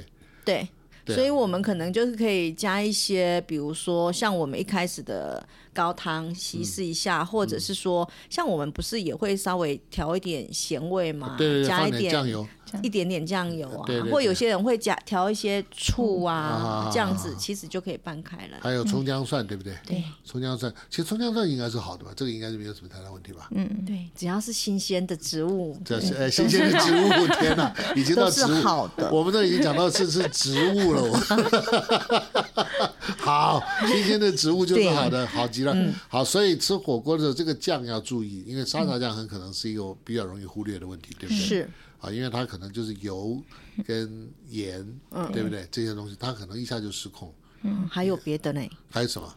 Speaker 2: 对
Speaker 3: 对，
Speaker 2: 啊
Speaker 3: 所以我们可能就是可以加一些，比如说像我们一开始的高汤稀释一
Speaker 2: 嗯
Speaker 3: 下，或者是说像我们不是也会稍微调一点咸味嘛，
Speaker 2: 对对对，
Speaker 3: 啊加
Speaker 2: 放
Speaker 3: 一
Speaker 2: 点酱油，
Speaker 3: 一点嗯点酱油啊，
Speaker 2: 对对对
Speaker 3: 或有些人会加调一些醋啊，
Speaker 2: 啊
Speaker 3: 这样子其实就可以拌开了。
Speaker 2: 还有葱姜蒜，对不对？
Speaker 3: 对，
Speaker 2: 葱姜蒜，其实葱姜蒜应该是好的吧，这个应该是没有什么太大问题吧。
Speaker 5: 嗯，对，
Speaker 3: 只要是新鲜的植物，
Speaker 2: 这是呃新鲜的植物， 天哪，已经到植
Speaker 3: 都
Speaker 2: 物
Speaker 3: 是好的
Speaker 2: 我们这已经讲到这是植物 了，我。好，新鲜的植物就是好的，好极了。
Speaker 3: 嗯
Speaker 2: 好，所以吃火锅的时候，这个酱要注意，因为沙茶酱很可能是一个比较容易忽略的问题，对不对？
Speaker 3: 是
Speaker 2: 啊，因为它可能就是油跟盐，对不对？这些东西它可能一下就失控。
Speaker 3: 嗯还有别的呢，
Speaker 2: 还有什么？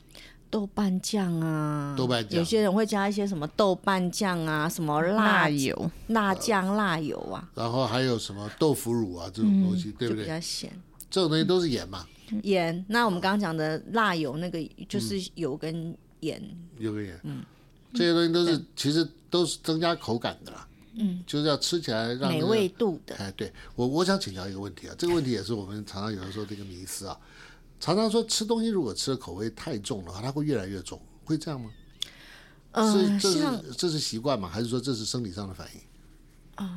Speaker 3: 豆瓣酱啊，
Speaker 2: 豆瓣酱
Speaker 3: 有些人会加一些什么豆瓣酱啊，什么辣
Speaker 5: 辣、油，
Speaker 3: 辣酱、辣油啊，
Speaker 2: 然后还有什么豆腐乳啊这种东西，对
Speaker 3: 嗯就
Speaker 2: 不对？
Speaker 3: 比较咸。
Speaker 2: 这种东西都是盐嘛，
Speaker 3: 盐，那我们刚刚讲的辣油那个就是油跟盐，
Speaker 2: 有个盐，
Speaker 3: 嗯
Speaker 2: 这些东西都是其实都是增加口感的啦，嗯，就是要吃起来让、那个、
Speaker 3: 美味。度的。
Speaker 2: 哎，对我我想请教一个问题啊，这个问题也是我们常常有人说这个迷思啊，常常说吃东西如果吃的口味太重的话，它会越来越重，会这样吗？
Speaker 3: 嗯、
Speaker 2: 是这
Speaker 3: 像
Speaker 2: 是这是习惯吗？还是说这是生理上的反应？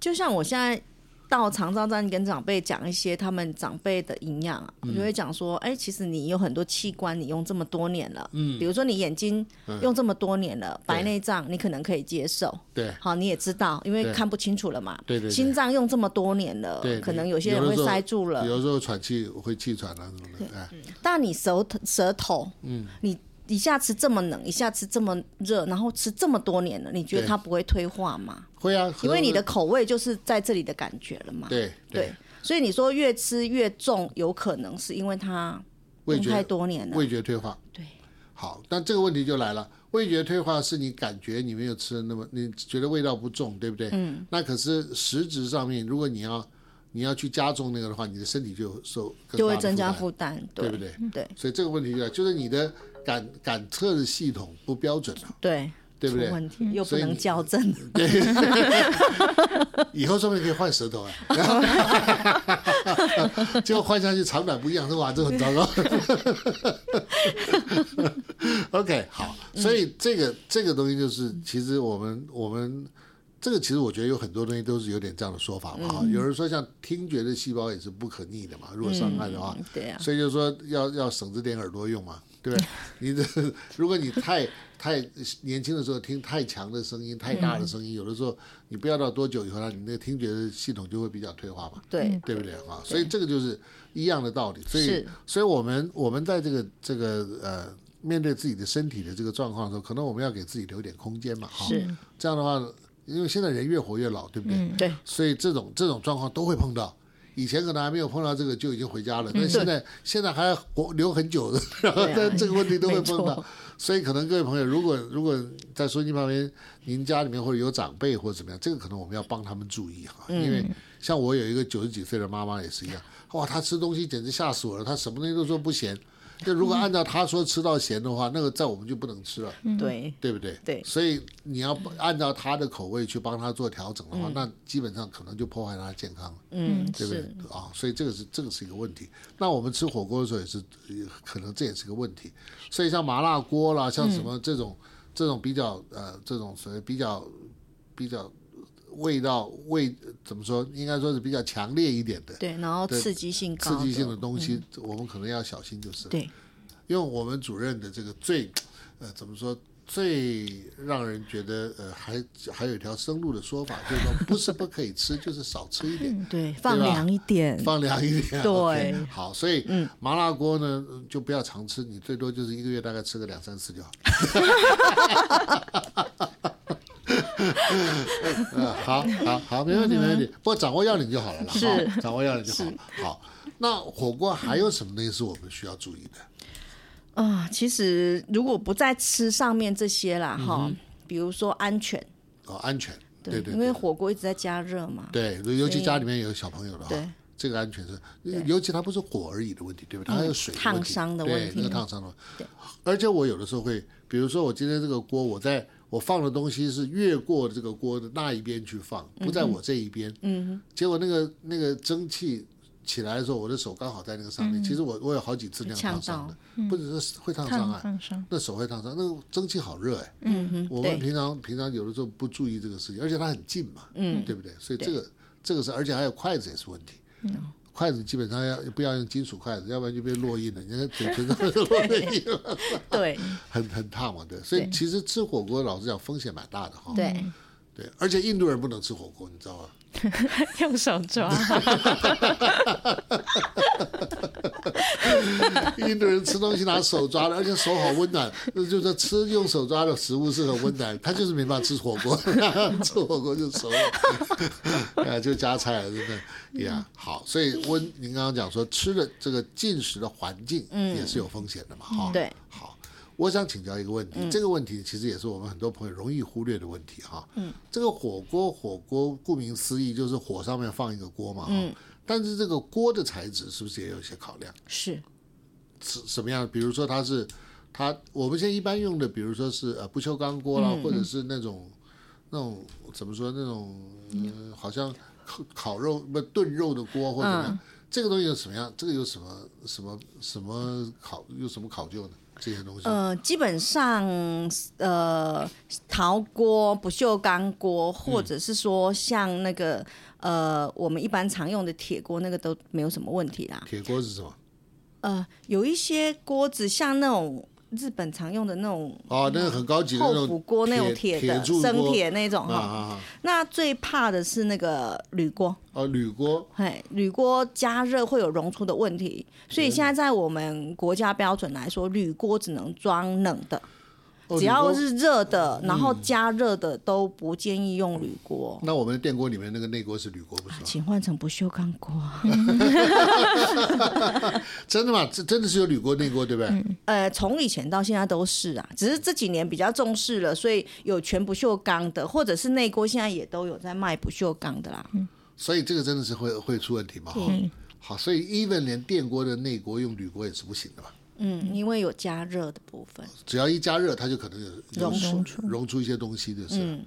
Speaker 3: 就像我现在到长照站跟长辈讲一些他们长辈的营养啊，
Speaker 2: 嗯
Speaker 3: 我就会讲说，哎、其实你有很多器官，你用这么多年了，嗯，比如说你眼睛
Speaker 2: 嗯
Speaker 3: 用这么多年了，白内障你可能可以接受，
Speaker 2: 对
Speaker 3: 好，你也知道，因为
Speaker 2: 对
Speaker 3: 看不清楚了嘛，
Speaker 2: 对对对
Speaker 3: 心脏用这么多年了，
Speaker 2: 对，
Speaker 3: 可
Speaker 2: 对
Speaker 3: 能有些人会
Speaker 2: 的时候
Speaker 3: 塞住了，
Speaker 2: 有时候喘气会气喘啊什么的，哎，
Speaker 3: 但你舌头舌头，嗯，你一下吃这么冷，一下吃这么热，然后吃这么多年了，你觉得
Speaker 2: 对
Speaker 3: 它不会退化吗？
Speaker 2: 会啊，
Speaker 3: 因为你的
Speaker 2: 很
Speaker 3: 口味就是在这里的感觉了嘛。
Speaker 2: 多人对
Speaker 3: 对，所以你说越吃越重，有可能是因为它
Speaker 2: 味
Speaker 3: 用
Speaker 2: 觉
Speaker 3: 太多年了。
Speaker 2: 味觉退化。
Speaker 3: 对，
Speaker 2: 好，但这个问题就来了，味觉退化是你感觉你没有吃那么，你觉得味道不重，对不对？嗯。那可是实质上面，如果你要你要去加重那个的话，你的身体就受更
Speaker 3: 就
Speaker 2: 大
Speaker 3: 会
Speaker 2: 的
Speaker 3: 增加
Speaker 2: 负担
Speaker 3: 负担，
Speaker 2: 对不
Speaker 3: 对？
Speaker 2: 对？
Speaker 3: 对
Speaker 2: 所以这个问题就来，就是你的感感测的系统不标准了，
Speaker 3: 对，
Speaker 2: 对不
Speaker 3: 出
Speaker 2: 对？
Speaker 3: 问题又不
Speaker 2: 所以
Speaker 3: 能
Speaker 2: 你
Speaker 3: 校正，
Speaker 2: 以后说不定可以换舌头哎， 结果换下去长短不一样，这哇，这很糟糕。OK，好，所以这个这个东西就是，其实我们我们这个其实我觉得有很多东西都是有点这样的说法嘛哈。有人说像听觉的细胞也是不可逆的嘛，如果伤害的话，
Speaker 3: 对啊，
Speaker 2: 所以就说要要省着点耳朵用嘛，对 不对？你这如果你太太年轻的时候听太强的声音、太大的声音，有的时候你不要到多久以后，你那个听觉的系统就会比较退化嘛，
Speaker 3: 嗯对
Speaker 2: 对不对啊？所以这个就是一样的道理。所以
Speaker 3: 是，
Speaker 2: 所以我们我们在这个这个呃面对自己的身体的这个状况的时候，可能我们要给自己留点空间嘛，哈。
Speaker 3: 是，嗯
Speaker 2: 这样的话，因为现在人越活越老，对不对？
Speaker 3: 对
Speaker 2: 所以这种这种状况都会碰到。以前可能还没有碰到这个就已经回家了，但现在现在还要活留很久的， 然后
Speaker 3: 嗯对啊
Speaker 2: 但这个问题都会碰
Speaker 3: 没
Speaker 2: 到
Speaker 3: 错，
Speaker 2: 所以可能各位朋友，如果如果在收音机旁边，您家里面或者有长辈或者怎么样，这个可能我们要帮他们注意
Speaker 3: 嗯
Speaker 2: 哈，因为像我有一个九十几岁的妈妈也是一样，哇，她吃东西简直吓死我了，她什么东西都说不咸，那如
Speaker 3: 嗯
Speaker 2: 果按照她说吃到咸的话，那个在我们就不能吃了，
Speaker 3: 对
Speaker 2: 对不对？
Speaker 3: 对
Speaker 2: 所以你要按照他的口味去帮他做调整的话，那基本上可能就破坏他的健康了，
Speaker 3: 嗯
Speaker 2: 对不对
Speaker 3: 是
Speaker 2: 啊？所以这个是这个是一个问题。那我们吃火锅的时候也是，呃可能这也是个问题。所以像麻辣锅啦，像什
Speaker 3: 嗯
Speaker 2: 么这种、这种比较呃这种所谓比较比较味道味怎么说，应该说是比较强烈一点的
Speaker 3: 对，然后
Speaker 2: 对
Speaker 3: 刺激性高
Speaker 2: 刺
Speaker 3: 的，嗯
Speaker 2: 激性的东西，我们可能要小心就是了。
Speaker 3: 对
Speaker 2: 因为我们主任的这个最，呃，怎么说最让人觉得呃，还还有一条生路的说法，就是说不是不可以吃，就是少吃一点，
Speaker 3: 对，放
Speaker 2: 吧
Speaker 3: 凉一点，
Speaker 2: 放凉一点。
Speaker 3: 嗯对嗯
Speaker 2: OK，好，所以麻辣锅呢呃就不要常吃，你最多就是一个月大概吃个两三次就 好。 呃，好好好，没问题没问题，不过掌握要领就好了啦，
Speaker 3: 嗯是
Speaker 2: 哈掌握要领就好了。好，那火锅还有什么东西是我们需要注意的？
Speaker 3: 啊、其实如果不在吃上面这些啦，哈、比如说安全，
Speaker 2: 哦，安全，嗯对对，
Speaker 3: 因为
Speaker 2: 对
Speaker 3: 火锅一直在加热嘛，
Speaker 2: 对，尤其家里面有小朋友的
Speaker 3: 对
Speaker 2: 话，这个安全是，尤其它不是火而已的问题，对不对？它还有水的问
Speaker 3: 嗯烫
Speaker 2: 题
Speaker 3: 伤的问
Speaker 2: 对，
Speaker 3: 题
Speaker 2: 那个烫伤的问题。而且我有的时候会，比如说我今天这个锅，我在我放的东西是越过这个锅的那一边去放，不在我这一边。嗯。结果那个那个蒸汽。起来的时候，我的手刚好在那个上面。
Speaker 3: 嗯
Speaker 2: 其实我我有好几次那样烫伤的，不只是会烫伤啊，
Speaker 5: 烫伤，
Speaker 2: 那手会烫伤，那个蒸汽好热哎、嗯哼，我们
Speaker 3: 对
Speaker 2: 平常平常有的时候不注意这个事情，而且它很近嘛，嗯，对不对？嗯所以这个这个是，而且还有筷子也是问题。筷子基本上要不要用金属筷子，要不然就被落印了。你看嘴唇上面都落印 了，
Speaker 3: 对
Speaker 2: 很很烫嘛，对。所以
Speaker 3: 对
Speaker 2: 其实吃火锅，老实讲风险蛮大的哈。
Speaker 3: 对，
Speaker 2: 对，而且印度人不能吃火锅，你知道吗？
Speaker 5: 用手抓，
Speaker 2: 印度人吃东西拿手抓的，而且手好温暖， 就是说吃用手抓的食物是很温暖，他就是没办法吃火锅， 吃火锅就 熟了，啊，就加菜了，真的哎呀。好，所以温，您刚刚讲说吃的这个进食的环境也是有风险的嘛，哈、
Speaker 3: 对，
Speaker 2: 好。我想请教一个问题，这个问题其实也是我们很多朋友容易忽略的问题哈。嗯，这个火锅，火锅顾名思义就是火上面放一个锅嘛哈。但是这个锅的材质是不是也有一些考量？
Speaker 3: 是
Speaker 2: 什什么样？比如说它是它，我们现在一般用的，比如说是呃不锈钢锅啦，
Speaker 3: 嗯
Speaker 2: 或者是那种那种
Speaker 3: 嗯嗯
Speaker 2: 怎么说那种、呃好像烤烤肉不炖肉的锅或者怎么样，这个东西有什么样？这个有什么什么什么考有什么考究呢？这些东西，
Speaker 3: 呃，基本上呃，陶锅、不锈钢锅，或
Speaker 2: 嗯
Speaker 3: 者是说像那个、呃，我们一般常用的铁锅，那个都没有什么问题啦。
Speaker 2: 铁锅是什么？
Speaker 3: 呃，有一些锅子像那种日本常用的那种
Speaker 2: 哦，那个很高级的那
Speaker 3: 厚釜
Speaker 2: 种
Speaker 3: 锅，那种
Speaker 2: 铁
Speaker 3: 的
Speaker 2: 柱
Speaker 3: 生
Speaker 2: 锅
Speaker 3: 铁那种
Speaker 2: 啊
Speaker 3: 哈、
Speaker 2: 啊啊！
Speaker 3: 那最怕的是那个铝锅，
Speaker 2: 哦，铝锅
Speaker 3: 嘿，铝锅加热会有溶出的问题，所以现在在我们国家标准来说，铝锅只能装冷的，
Speaker 2: 哦
Speaker 3: 只要
Speaker 2: 铝锅嗯
Speaker 3: 是热的，然后加热的都不建议用铝锅。
Speaker 2: 那我们的电锅里面那个内锅是铝锅，不是吗？
Speaker 3: 请换成不锈钢锅。
Speaker 2: 真的吗？这真的是有铝锅内锅，对不对？
Speaker 3: 呃，从以前到现在都是啊，只是这几年比较重视了，所以有全不锈钢的，或者是内锅，现在也都有在卖不锈钢的啦。
Speaker 2: 嗯所以这个真的是会会出问题嘛？哈，好，所以 even 连电锅的内锅用铝锅也是不行的嘛。
Speaker 3: 嗯，因为有加热的部分。
Speaker 2: 只要一加热，它就可能有
Speaker 3: 溶
Speaker 2: 有
Speaker 3: 溶
Speaker 2: 出溶出一些东西，就是了。
Speaker 3: 嗯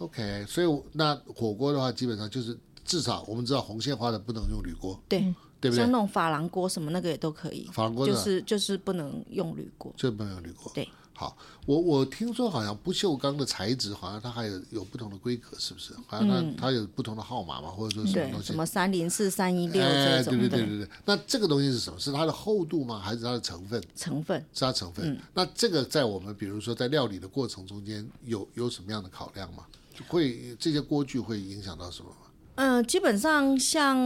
Speaker 2: OK，所以我那火锅的话，基本上就是至少我们知道红线花的不能用铝锅，
Speaker 3: 对，
Speaker 2: 嗯对不对
Speaker 3: 像？那种珐琅锅什么那个也都可以，
Speaker 2: 法国的
Speaker 3: 就是就是不能用铝锅。
Speaker 2: 就不能用铝锅。
Speaker 3: 对，
Speaker 2: 好，我我听说好像不锈钢的材质，好像它还有有不同的规格，是不是？好像它、它有不同的号码嘛，或者说什么
Speaker 3: 嗯对，
Speaker 2: 东西
Speaker 3: 什？么三零四、三一六
Speaker 2: 哎，对
Speaker 3: 这种
Speaker 2: 对
Speaker 3: 的
Speaker 2: 对对对。那这个东西是什么？是它的厚度吗？还是它的成分？
Speaker 3: 成分。
Speaker 2: 是它成
Speaker 3: 嗯
Speaker 2: 分。那这个在我们比如说在料理的过程中间有有什么样的考量吗？会这些锅具会影响到什么吗？
Speaker 3: 嗯，基本上像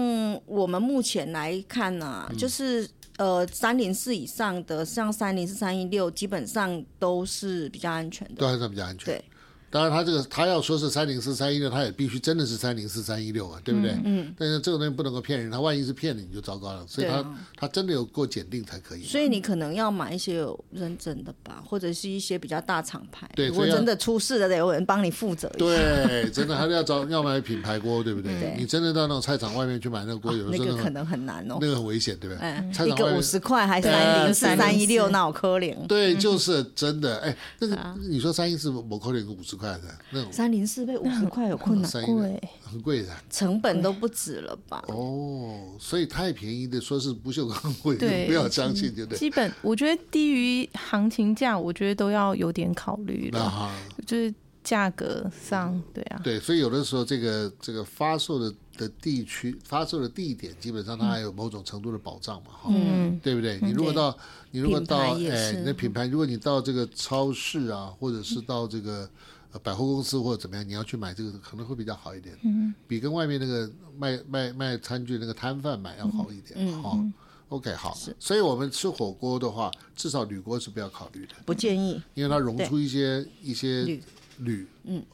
Speaker 3: 我们目前来看呢、
Speaker 2: 嗯
Speaker 3: 就是呃三零四以上的，像三零四、三一六，基本上都是比较安全的。
Speaker 2: 对还是比较安全。
Speaker 3: 对，
Speaker 2: 当然，他这个他要说是三零四三一六，他也必须真的是三零四三一六啊，对不对？嗯。但是这个东西不能够骗人，他万一是骗你，你就糟糕了。所以
Speaker 3: 对
Speaker 2: 他、
Speaker 3: 啊
Speaker 2: 他真的有过检定才可以嘛。
Speaker 3: 所以你可能要买一些有认证的吧，或者是一些比较大厂牌。
Speaker 2: 对
Speaker 3: 如果
Speaker 2: 所以要
Speaker 3: 真的出事了，得有人帮你负责一下。
Speaker 2: 对，真的还是要找 要买品牌锅，对不对？你真的到那种菜场外面去买那个锅，有的
Speaker 3: 啊那
Speaker 2: 时候
Speaker 3: 个
Speaker 2: 那个
Speaker 3: 可能很难哦
Speaker 2: 那。个很危险，对不对？
Speaker 3: 嗯
Speaker 2: 菜
Speaker 3: 一
Speaker 2: 场外
Speaker 3: 个
Speaker 2: 面
Speaker 3: 五十块还
Speaker 2: 对
Speaker 3: 三零四、三一六，
Speaker 5: 304
Speaker 3: 那我可怜。
Speaker 2: 对，就是真的。哎，那个你说三一四某扣零五十块的那种
Speaker 3: 三零四被五十块有困难，
Speaker 2: 三一的
Speaker 5: 贵，
Speaker 2: 很贵的
Speaker 3: 成本都不止了吧？
Speaker 2: 哦，所以太便宜的说是不锈钢贵，
Speaker 5: 对
Speaker 2: 不要相信，对不对？
Speaker 5: 基本我觉得低于行情价，我觉得都要有点考虑
Speaker 2: 那
Speaker 5: 了，
Speaker 2: 啊哈。
Speaker 5: 就是价格上，对啊，
Speaker 2: 嗯对，所以有的时候这个这个发售的的地区、发售的地点，基本上它还有某种程度的保障嘛，哈、对不对？你如果到你如果到
Speaker 3: 嗯品牌也
Speaker 2: 哎
Speaker 3: 是
Speaker 2: 你的品牌，如果你到这个超市啊，或者是到这个呃百货公司或者怎么样，你要去买这个可能会比较好一点，嗯，比跟外面那个卖卖卖餐具那个摊贩买要好一
Speaker 3: 嗯
Speaker 2: 点，哈、OK，好，所以我们吃火锅的话，至少铝锅是不要考虑的，
Speaker 3: 不建议。
Speaker 2: 因为它溶出一些一些
Speaker 3: 铝
Speaker 2: 铝，嗯，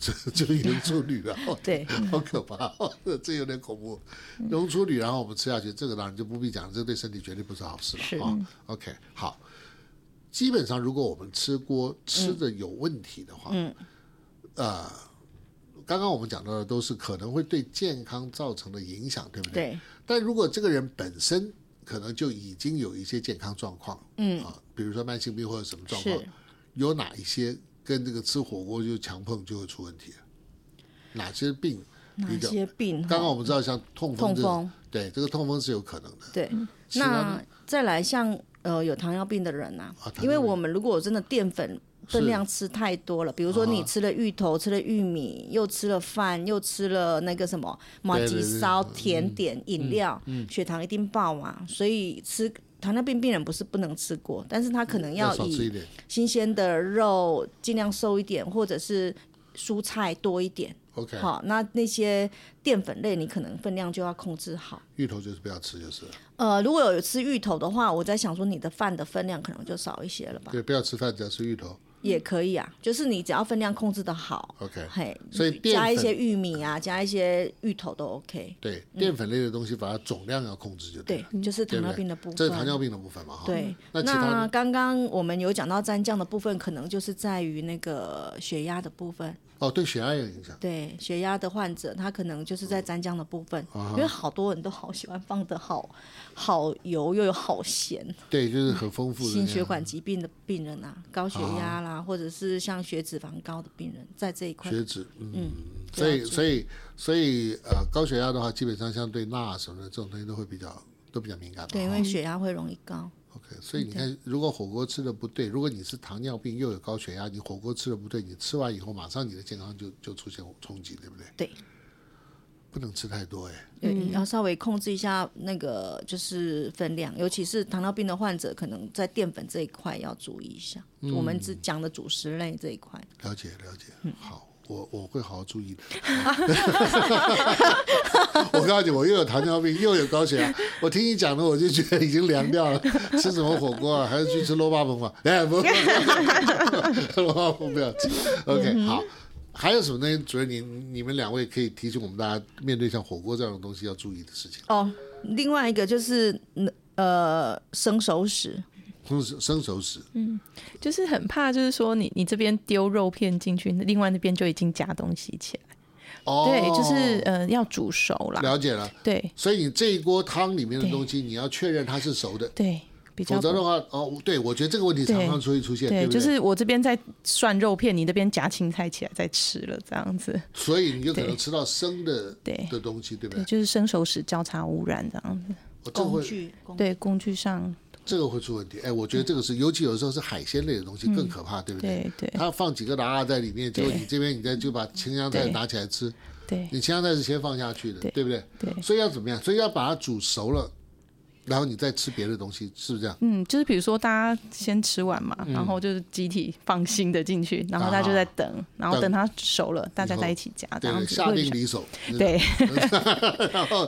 Speaker 2: 这 这个溶出铝啊，
Speaker 3: 对，
Speaker 2: 好可怕、 哦，这有点恐怖。溶出铝，然后我们吃下去，这个当然就不必讲，这对身体绝对不是好事了啊、OK，好，基本上如果我们吃锅吃的有问题的话，嗯，呃，刚刚我们讲到的都是可能会对健康造成的影响，对不对？
Speaker 3: 对，
Speaker 2: 但如果这个人本身可能就已经有一些健康状况，嗯啊，比如说慢性病或者什么状况
Speaker 3: 是，
Speaker 2: 有哪一些跟这个吃火锅就强碰就会出问题？哪些病
Speaker 3: 哪
Speaker 2: 比较？
Speaker 3: 些病哈？
Speaker 2: 刚刚我们知道像痛风
Speaker 3: 痛
Speaker 2: 这种，
Speaker 3: 风
Speaker 2: 对这个痛风是有可能的。
Speaker 3: 对，
Speaker 2: 嗯其他
Speaker 3: 那再来像呃有糖尿病的人呐、
Speaker 2: 啊糖尿病
Speaker 3: 因为我们如果真的淀粉分量吃太多了，比如说
Speaker 2: 啊
Speaker 3: 你吃了芋头，吃了玉米，又吃了饭，又吃了那个什么马
Speaker 2: 对对嗯
Speaker 3: 吉
Speaker 2: 对
Speaker 3: 烧、甜点、饮料，血糖一定爆嘛，所以吃。糖尿病病人不是不能吃锅，但是他可能
Speaker 2: 嗯要少吃一
Speaker 3: 以
Speaker 2: 点
Speaker 3: 新鲜的肉尽量瘦一点，或者是蔬菜多一点。
Speaker 2: ，OK，
Speaker 3: 好，那那些淀粉类你可能分量就要控制好。
Speaker 2: 芋头就是不要吃，就是了
Speaker 3: 呃，如果有吃芋头的话，我在想说你的饭的分量可能就少一些了吧，
Speaker 2: 对，不要吃饭，只要吃芋头。
Speaker 3: 也可以啊，就是你只要分量控制的好
Speaker 2: OK，
Speaker 3: 嘿，
Speaker 2: 所以淀
Speaker 3: 加一
Speaker 2: 粉
Speaker 3: 些玉米啊，加一些芋头都 OK。
Speaker 2: 对，淀粉类的东西，把它总量要控制就
Speaker 3: 对
Speaker 2: 了。，
Speaker 3: 就是
Speaker 2: 对
Speaker 3: 糖
Speaker 2: 不对
Speaker 3: 尿病的部分。
Speaker 2: 这是糖尿病的部分嘛？哈。
Speaker 3: 对，
Speaker 2: 那其他
Speaker 3: 那
Speaker 2: 呢
Speaker 3: 刚刚我们有讲到蘸酱的部分，可能就是在于那个血压的部分。
Speaker 2: 哦，对血压有影响。
Speaker 3: 对，血压的患者，他可能就是在蘸酱的部分，因为好多人都好喜欢放的好好油又有好咸，
Speaker 2: 对，就是很丰富的那
Speaker 3: 心
Speaker 2: 样啊
Speaker 3: 血管疾病的病人啊，高血压啦，或者是像血脂肪高的病人，在这一块
Speaker 2: 血脂，嗯，所以所
Speaker 3: 以
Speaker 2: 以所以呃，高血压的话，基本上像对钠啊什么的这种东西都会比较都比较敏感嘛。
Speaker 3: 对，因
Speaker 2: 哈
Speaker 3: 为血压会容易高，
Speaker 2: OK，所以你看，如果火锅吃的不对，如果你是糖尿病又有高血压，你火锅吃的不对，你吃完以后马上你的健康就就出现冲击，对不对？
Speaker 3: 对，
Speaker 2: 不能吃太多哎。
Speaker 3: 对，你要稍微控制一下那个就是分量，尤其是糖尿病的患者，可能在淀粉这一块要注意一下。我们只讲的主食类这一块，
Speaker 2: 了解了解，
Speaker 5: 嗯
Speaker 2: 好，我我会好好注意的。 我告诉你，我又有糖尿病，又有高血压，我听你讲的，我就觉得已经凉掉了。 吃什么火锅啊？还是去吃罗巴蒙吧？ 哎，不，罗巴蒙不要吃。OK，好。
Speaker 5: 嗯
Speaker 2: 还有什么东西，主任你你们两位可以提醒我们大家，面对像火锅这样的东西要注意的事情？
Speaker 3: 哦，另外一个就是嗯呃生熟食，
Speaker 2: 生熟生熟食，
Speaker 5: 嗯就是很怕，就是说你你这边丢肉片进去，另外那边就已经加东西起来。
Speaker 2: 哦，
Speaker 5: 对，就是呃要煮熟啦。
Speaker 2: 了解了。
Speaker 5: 对
Speaker 2: 所以你这一锅汤里面的东西，你要确认它是熟的，
Speaker 5: 对，比较
Speaker 2: 否则
Speaker 5: 不
Speaker 2: 的话，哦，对，我觉得这个问题常常出会出现，对
Speaker 5: 对，
Speaker 2: 不
Speaker 5: 就
Speaker 2: 对？
Speaker 5: 是我这边在涮肉片，你那边夹青菜起来再吃了，这样子。
Speaker 2: 所以你有可能
Speaker 5: 对
Speaker 2: 吃到生的
Speaker 5: 对
Speaker 2: 的东西，对不
Speaker 5: 对，
Speaker 2: 对？
Speaker 5: 就是生熟食交叉污染这样子。
Speaker 2: 我这
Speaker 3: 工
Speaker 2: 会
Speaker 3: 具工
Speaker 5: 对，工具上，
Speaker 2: 这个会出问题。哎，我觉得这个是，尤其有时候是海鲜类的东西更可怕，对不对？
Speaker 5: 嗯对对
Speaker 2: 它放几个拿在里面，结果你这边你再就把青香菜
Speaker 5: 对
Speaker 2: 拿起来吃，
Speaker 5: 对
Speaker 2: 你青香菜是先放下去的，
Speaker 5: 对
Speaker 2: 对不对？
Speaker 5: 对，
Speaker 2: 所以要怎么样？所以要把它煮熟了，然后你再吃别的东西，是不是这样？
Speaker 5: 嗯，就是比如说大家先吃完嘛，
Speaker 2: 嗯
Speaker 5: 然后就是集体放心的进去，然后大家就在等，然后
Speaker 2: 啊等
Speaker 5: 等它熟了，大家
Speaker 2: 以后
Speaker 5: 在一起夹
Speaker 2: 对
Speaker 5: 这
Speaker 2: 不
Speaker 5: 样
Speaker 2: 对？
Speaker 5: 子
Speaker 2: 下
Speaker 5: 会比
Speaker 2: 令
Speaker 5: 较。
Speaker 2: 离手，
Speaker 5: 对，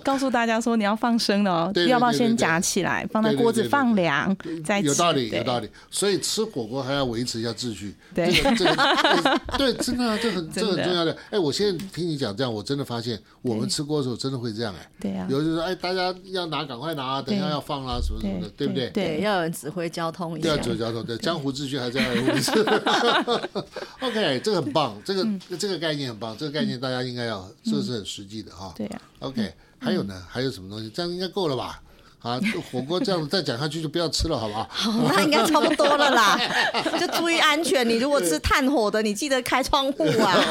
Speaker 5: 告诉大家说你要放生了哦，
Speaker 2: 对对
Speaker 5: 要不要
Speaker 2: 对对
Speaker 5: 先
Speaker 2: 对
Speaker 5: 夹起来，放在
Speaker 2: 对对
Speaker 5: 锅
Speaker 2: 对
Speaker 5: 子
Speaker 2: 对
Speaker 5: 放凉，再
Speaker 2: 有道理，
Speaker 5: 吃
Speaker 2: 有道。理。所以吃火锅还要维持一下秩序，这个这 个对，真的啊，这很这
Speaker 5: 真
Speaker 2: 很
Speaker 5: 的
Speaker 2: 重要的。哎，我现在听你讲这样，我真的发现我们吃锅的时候真的会这样哎。
Speaker 5: 对对啊，
Speaker 2: 有就是说哎，大家要拿赶快拿，啊等一下
Speaker 5: 对
Speaker 2: 要放啦，什么什么的，对不对？
Speaker 3: 对，要有人指挥交通一
Speaker 2: 对
Speaker 3: 下
Speaker 2: 啊，。主交通对，江湖秩序还是要维 持。OK，这个很棒，这
Speaker 5: 嗯
Speaker 2: 个这个概念很棒，这个概念大家应该要，这是很实际的哈。
Speaker 5: 对啊，
Speaker 2: OK，还有呢？还有什么东西？这样应该够了吧？啊，火锅这样 子再讲下去就不要吃了，好不好？
Speaker 3: 好， 那应该差不多了啦，就注意安全。你如果吃炭火的，你记得开窗户啊。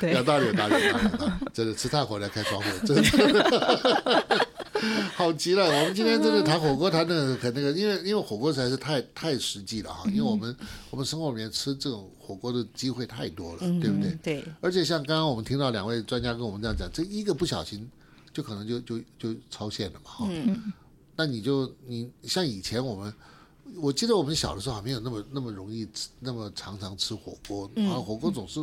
Speaker 5: 对
Speaker 2: 有道理，有道理，有道理，有道理真的吃炭火来开窗户，真的。好极了！我们今天真的谈火锅，谈的很那个，因为因为火锅实在是太太实际了哈，因为我们我们生活里面吃这种火锅的机会太多了，
Speaker 3: 嗯
Speaker 2: 对不对？
Speaker 3: 对，
Speaker 2: 而且像刚刚我们听到两位专家跟我们这样讲，这一个不小心就可能就就就超限了嘛哈。
Speaker 3: 嗯
Speaker 2: 那你就你像以前我们，我记得我们小的时候还没有那么那么容易吃，那么常常吃火锅，
Speaker 3: 嗯
Speaker 2: 啊，火锅总是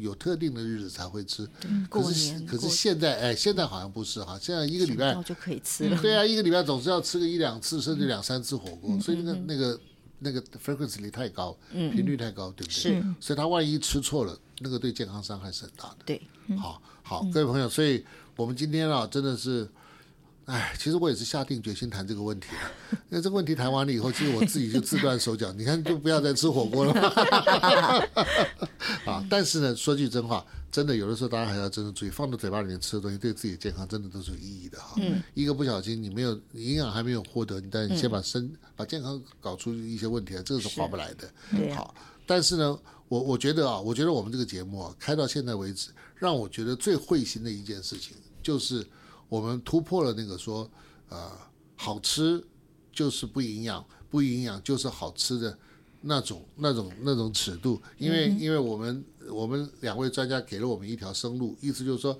Speaker 2: 有特定的日子才会吃。可
Speaker 3: 过
Speaker 2: 是
Speaker 3: 年
Speaker 2: 可是
Speaker 3: 过
Speaker 2: 现在哎，现在好像不是哈，现在一个礼拜
Speaker 3: 然后就可以吃了。
Speaker 2: 对啊，一个礼拜总是要吃个一两次，甚至两三次火
Speaker 3: 嗯
Speaker 2: 锅，所以那个那个那个 frequency 太高，频率太高，对不对？
Speaker 3: 是，
Speaker 2: 所以他万一吃错了，那个对健康伤害是很大的。
Speaker 3: 对，嗯
Speaker 2: 好好，各位朋友，所以我们今天啊，真的是。哎，其实我也是下定决心谈这个问题了。那这个问题谈完了以后，其实我自己就自断手脚。你看，就不要再吃火锅了嘛。啊，但是呢，说句真话，真的有的时候大家还要真的注意，放到嘴巴里面吃的东西，对自己的健康真的都是有意义的哈。一个不小心，你没有营养还没有获得，但你先把身、把健康搞出一些问题来，这个是划不来的。
Speaker 3: 对啊
Speaker 2: 好，但是呢，我我觉得啊，我觉得我们这个节目啊，开到现在为止，让我觉得最会心的一件事情，就是我们突破了那个说，呃，好吃就是不营养，不营养就是好吃的那种那种那种尺度，因为、因为我们我们两位专家给了我们一条生路，意思就是说。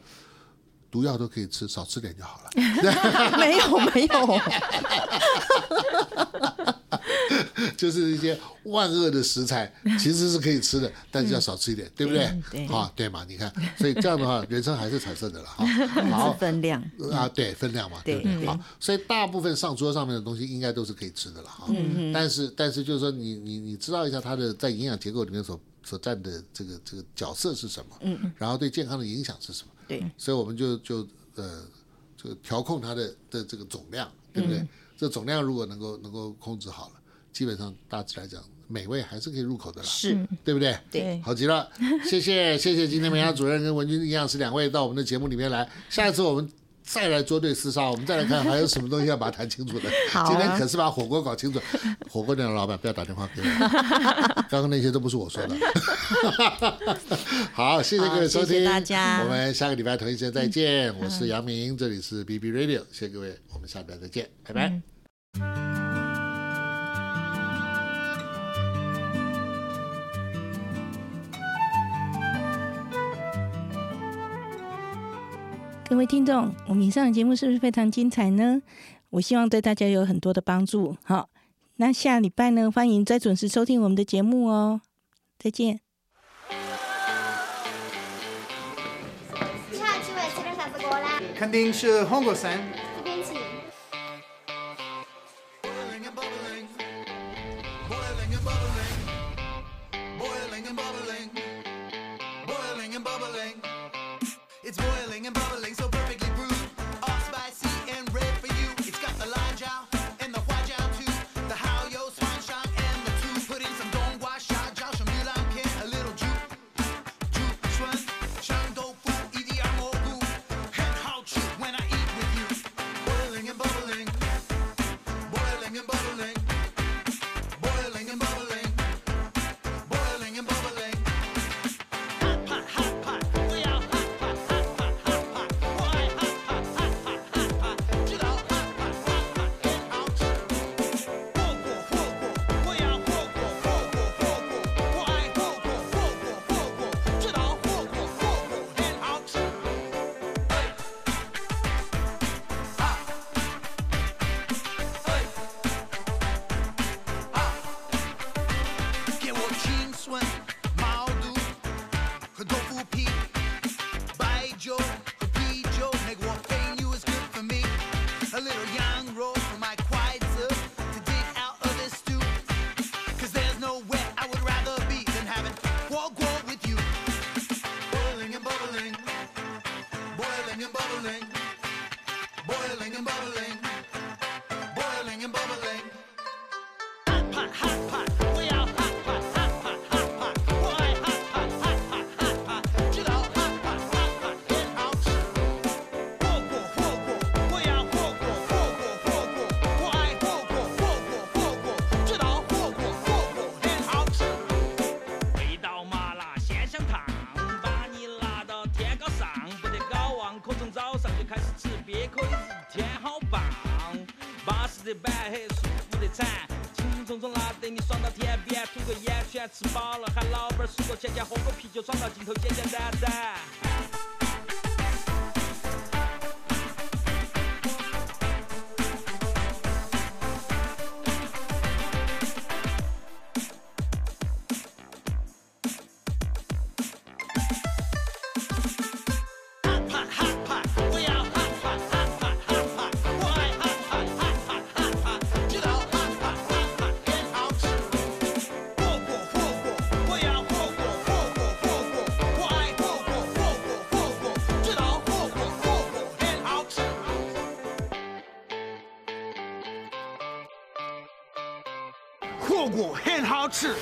Speaker 2: 毒药都可以吃，少吃点就好了。
Speaker 3: 没有没有，
Speaker 2: 就是一些万恶的食材，其实是可以吃的，但是要少吃一点，对不对？对，啊，对嘛？你看，所以这样的话，人生还是彩色的了哈。
Speaker 3: 是
Speaker 2: 嗯好，
Speaker 3: 分量。
Speaker 2: 啊，对，分量嘛，对
Speaker 3: 对
Speaker 2: 不对？好，所以大部分上桌上面的东西应该都是可以吃的了哈。但是，但是就是说你，你你知道一下它的在营养结构里面所所占的这个这个角色是什么，嗯，然后对健康的影响是什么，
Speaker 3: 对，
Speaker 2: 所以我们就就呃，这个调控它的的这个总量，对不对？这总量如果能够能够控制好了，基本上大致来讲，美味还 是可以入口的啦，
Speaker 3: 是，
Speaker 2: 对不对？
Speaker 5: 对，
Speaker 2: 好极了， 谢谢谢谢今天美雅主任跟文军营养师两位到我们的节目里面来，下一次我们再来捉对厮杀，我们再来看还有什么东西要把它谈清楚的。
Speaker 3: 好啊
Speaker 2: 今天可是把火锅搞清楚。 火锅店的老板不要打电话 给我，刚刚那些都不是我说的。好，谢谢各位收听，
Speaker 3: 好谢谢大家嗯
Speaker 2: 我们下个礼拜同一时间再见。我是杨明，这里是 B B Radio，谢谢各位，我们下礼拜再见，拜拜。
Speaker 1: 各位听众，我们以上的节目是不是非常精彩呢？我希望对大家有很多的帮助。好，那下礼拜呢，欢迎再准时收听我们的节目哦。再见。
Speaker 6: 你好，请问这边啥子歌呢？
Speaker 7: 肯定是黄国山。
Speaker 6: 这边请。
Speaker 7: It's boiling and bubbling, so perfectly brewed. All spicy and red for you. It's got the lime jiao and the hua jiao too. The hao yo swine shang and the two. Put in some dong gua sha jiao, some yu lan ken, a little juke. Juke chuan, shang dou fu, yi di ar mo gu. And hao chu when I eat with you. Boiling and bubbling. Boiling and bubbling. Boiling and bubbling. Boiling and bubbling. Hot pot, hot pot, we are hot pot, hot pot, hot pot, boy, hot pot, hot pot, hot pot, you know, hot pot, hot pot, and out. Whoa, whoa, whoa, whoa, we are whoa, whoa, whoa, whoa, whoa, whoa, boy, whoa, whoa, whoa, whoa, whoa, whoa, you know, whoa, whoa, whoa, whoa, and out. Hey. Ah. Hey. Ah. 给我青春毛肚。和豆腐皮、白酒和啤酒，那个我 pay you is good for me。A little 羊肉 for my 筷子 to dig out of this stew。Cause there's nowhere I would rather be than having 火锅 with you。Boiling and bubbling, boiling and bubbling, boiling and bubbling, boiling and bubbling. Hot pot, hot pot, we are hot pot, hot pot, hot pot, boy, hot pot, hot pot, hot pot, you know, hot pot, hot pot, get out. Whoa, whoa, whoa, whoa, we are whoa, whoa, whoa, whoa, whoa, whoa, boy, whoa, whoa, whoa, whoa, whoa, whoa, you know, whoa, whoa, whoa, whoa, get out. 回到麻辣鲜香堂，把你拉到天高上，不得高忘，可从早上就开始吃，别可以一天好棒。巴适的板很舒服的馋，轻松松拉得你爽到天边，吐个烟圈吃饱了，喊老板数个钱钱，喝个啤酒，爽到尽头，简简单单。hot hot pot. We are hot pot, hot pot, hot pot. Boy, hot pot, hot pot, hot pot. You know, hot pot, hot pot. Get out. Whoa, whoa, whoa, whoa. We are whoa, whoa, whoa, whoa, whoa, whoa. Boy, whoa, whoa, whoa, whoa, whoa, whoa. You know, whoa, whoa, whoa, whoa. Get out. Hugo 很好吃。